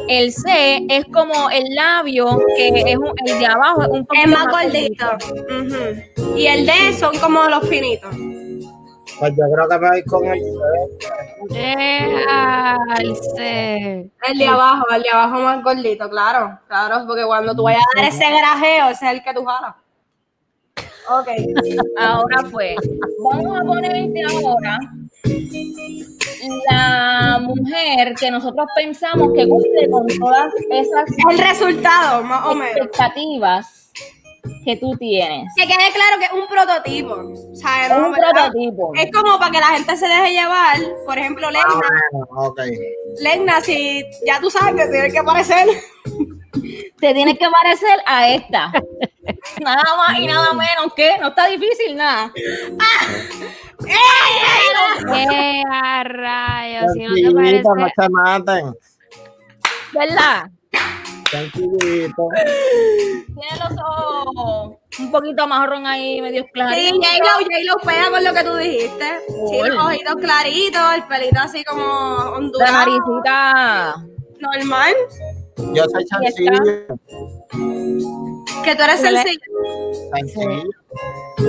G: El C es como el labio, que es un- el de abajo, es un
E: Es
G: poquito
E: más
G: gordito.
E: gordito. Ujú. Y el D son como los finitos.
H: Pues yo creo que me voy con el C.
F: Déjate.
E: El de abajo, el de abajo más gordito, claro. Claro, porque cuando tú vayas a dar ese grajeo, ese es el que tú jalas. Ok.
G: Ahora pues, vamos a ponerte ahora la mujer que nosotros pensamos que cumple con todas esas
E: El resultado, más o menos.
G: expectativas que tú tienes.
E: Que quede claro que es un prototipo. O sea,
G: Es
E: no,
G: un
E: ¿verdad?
G: prototipo.
E: Es como para que la gente se deje llevar. Por ejemplo,
H: Ah,
E: Legna.
H: bueno, ok.
E: Legna, si ya tú sabes que tiene que aparecer.
G: Te tienes que parecer a esta. Nada más y nada menos que no está difícil nada.
F: ¡Qué a rayos! Si no te
H: Tranquilito, no
F: parece.
H: se maten.
G: ¿Verdad?
H: Tranquilito.
G: Tiene los ojos un poquito marrón ahí, medio
E: Sí,
G: claritos.
E: J-Lo, J-Lo pega con lo que tú dijiste. Sí,
G: Cool.
E: los ojitos claritos, el pelito así como
G: La
E: ondulado.
G: naricita.
E: Normal.
H: Yo soy sencillo.
E: Que tú eres
G: Hola.
E: sencillo.
H: Sencillo.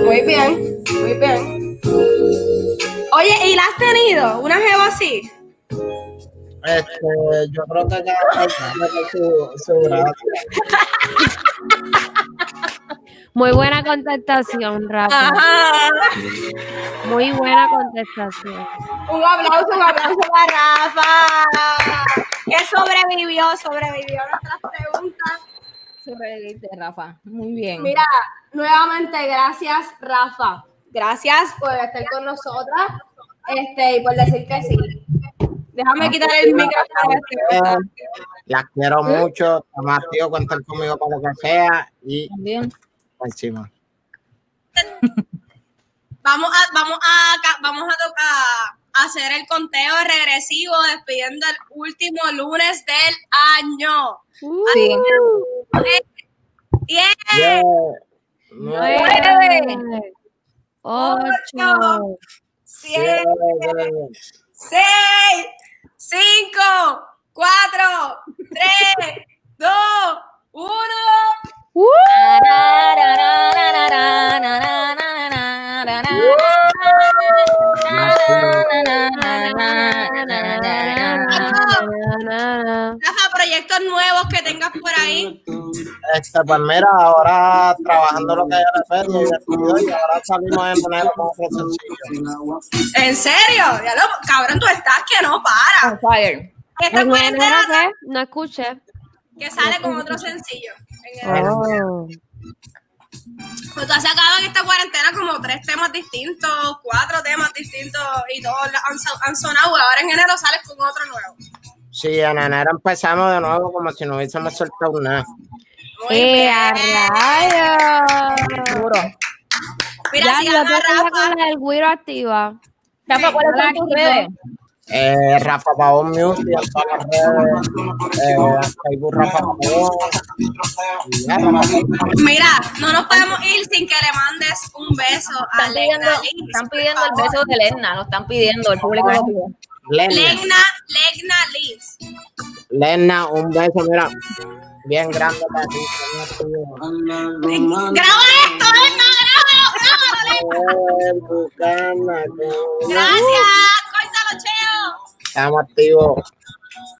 E: Muy bien, muy bien. Oye, ¿y la has tenido? ¿Una jeva así?
H: Este, yo creo que cada persona tiene su, su gracia.
F: Muy buena contestación, Rafa.
G: Ajá.
F: Muy buena contestación.
E: Un aplauso, un aplauso para Rafa. Que sobrevivió, sobrevivió a nuestras preguntas.
G: Sobreviviste, Rafa. Muy bien.
E: Mira, nuevamente gracias, Rafa. Gracias por estar con nosotras este, y por decir que sí. Déjame quitar el micrófono.
H: Las quiero mucho. Más tío, cuentan conmigo para lo que sea. Y
G: Bien.
H: encima.
E: Vamos a, vamos a, ca- vamos a tocar, a hacer el conteo regresivo despidiendo el último lunes del año. eh,
G: Sí.
E: Bien.
H: Yeah.
F: Nueve,
E: Ocho.
F: ocho,
E: Siete, seis, cinco, cuatro, tres, dos, uno. Rafa, proyectos nuevos que tengas por ahí.
H: Este, pues mira, ahora trabajando lo que yo le pedí y despido, y ahora salimos en enero con otro sencillo.
E: ¿En serio? Ya lo- cabrón, tú estás que no para.
G: Fire.
E: Esta
F: ¿En enero
E: cuarentena
F: qué? No escuché.
E: que sale con otro sencillo. En el-
F: Oh.
E: Pues tú has sacado en esta cuarentena como tres temas distintos, cuatro temas distintos y todos han, so- han sonado. Ahora en enero sales con otro nuevo.
H: Sí, en enero empezamos de nuevo como si no hubiésemos soltado nada.
E: Muy
F: ¡Eh,
E: bien.
F: a rayos!
E: Mira,
F: Ya,
E: sigan
F: yo
E: a
F: te
E: Rafa.
F: con la del güiro activa.
G: Rafa, ¿cuáles son tus redes?
H: Eh, Rafa Pavón Music, en todas las redes, eh, Facebook Rafa Pavón. Y ya, Rafa Pavón.
E: Mira, no nos podemos ir sin que le mandes un beso a
G: Están pidiendo,
E: Legna.
G: están pidiendo el beso de Lerna, lo están pidiendo, el público lo pide.
H: Lena,
E: Legna, Legna Liz.
H: Lena, un beso, mira, bien grande para ti. coño,
E: Graba esto, ¿eh? Legna, grábalo, grábalo, Legna.
H: tío. Eh, Bucana, coño.
E: Gracias, córtalo, Cheo.
H: Estamos activos.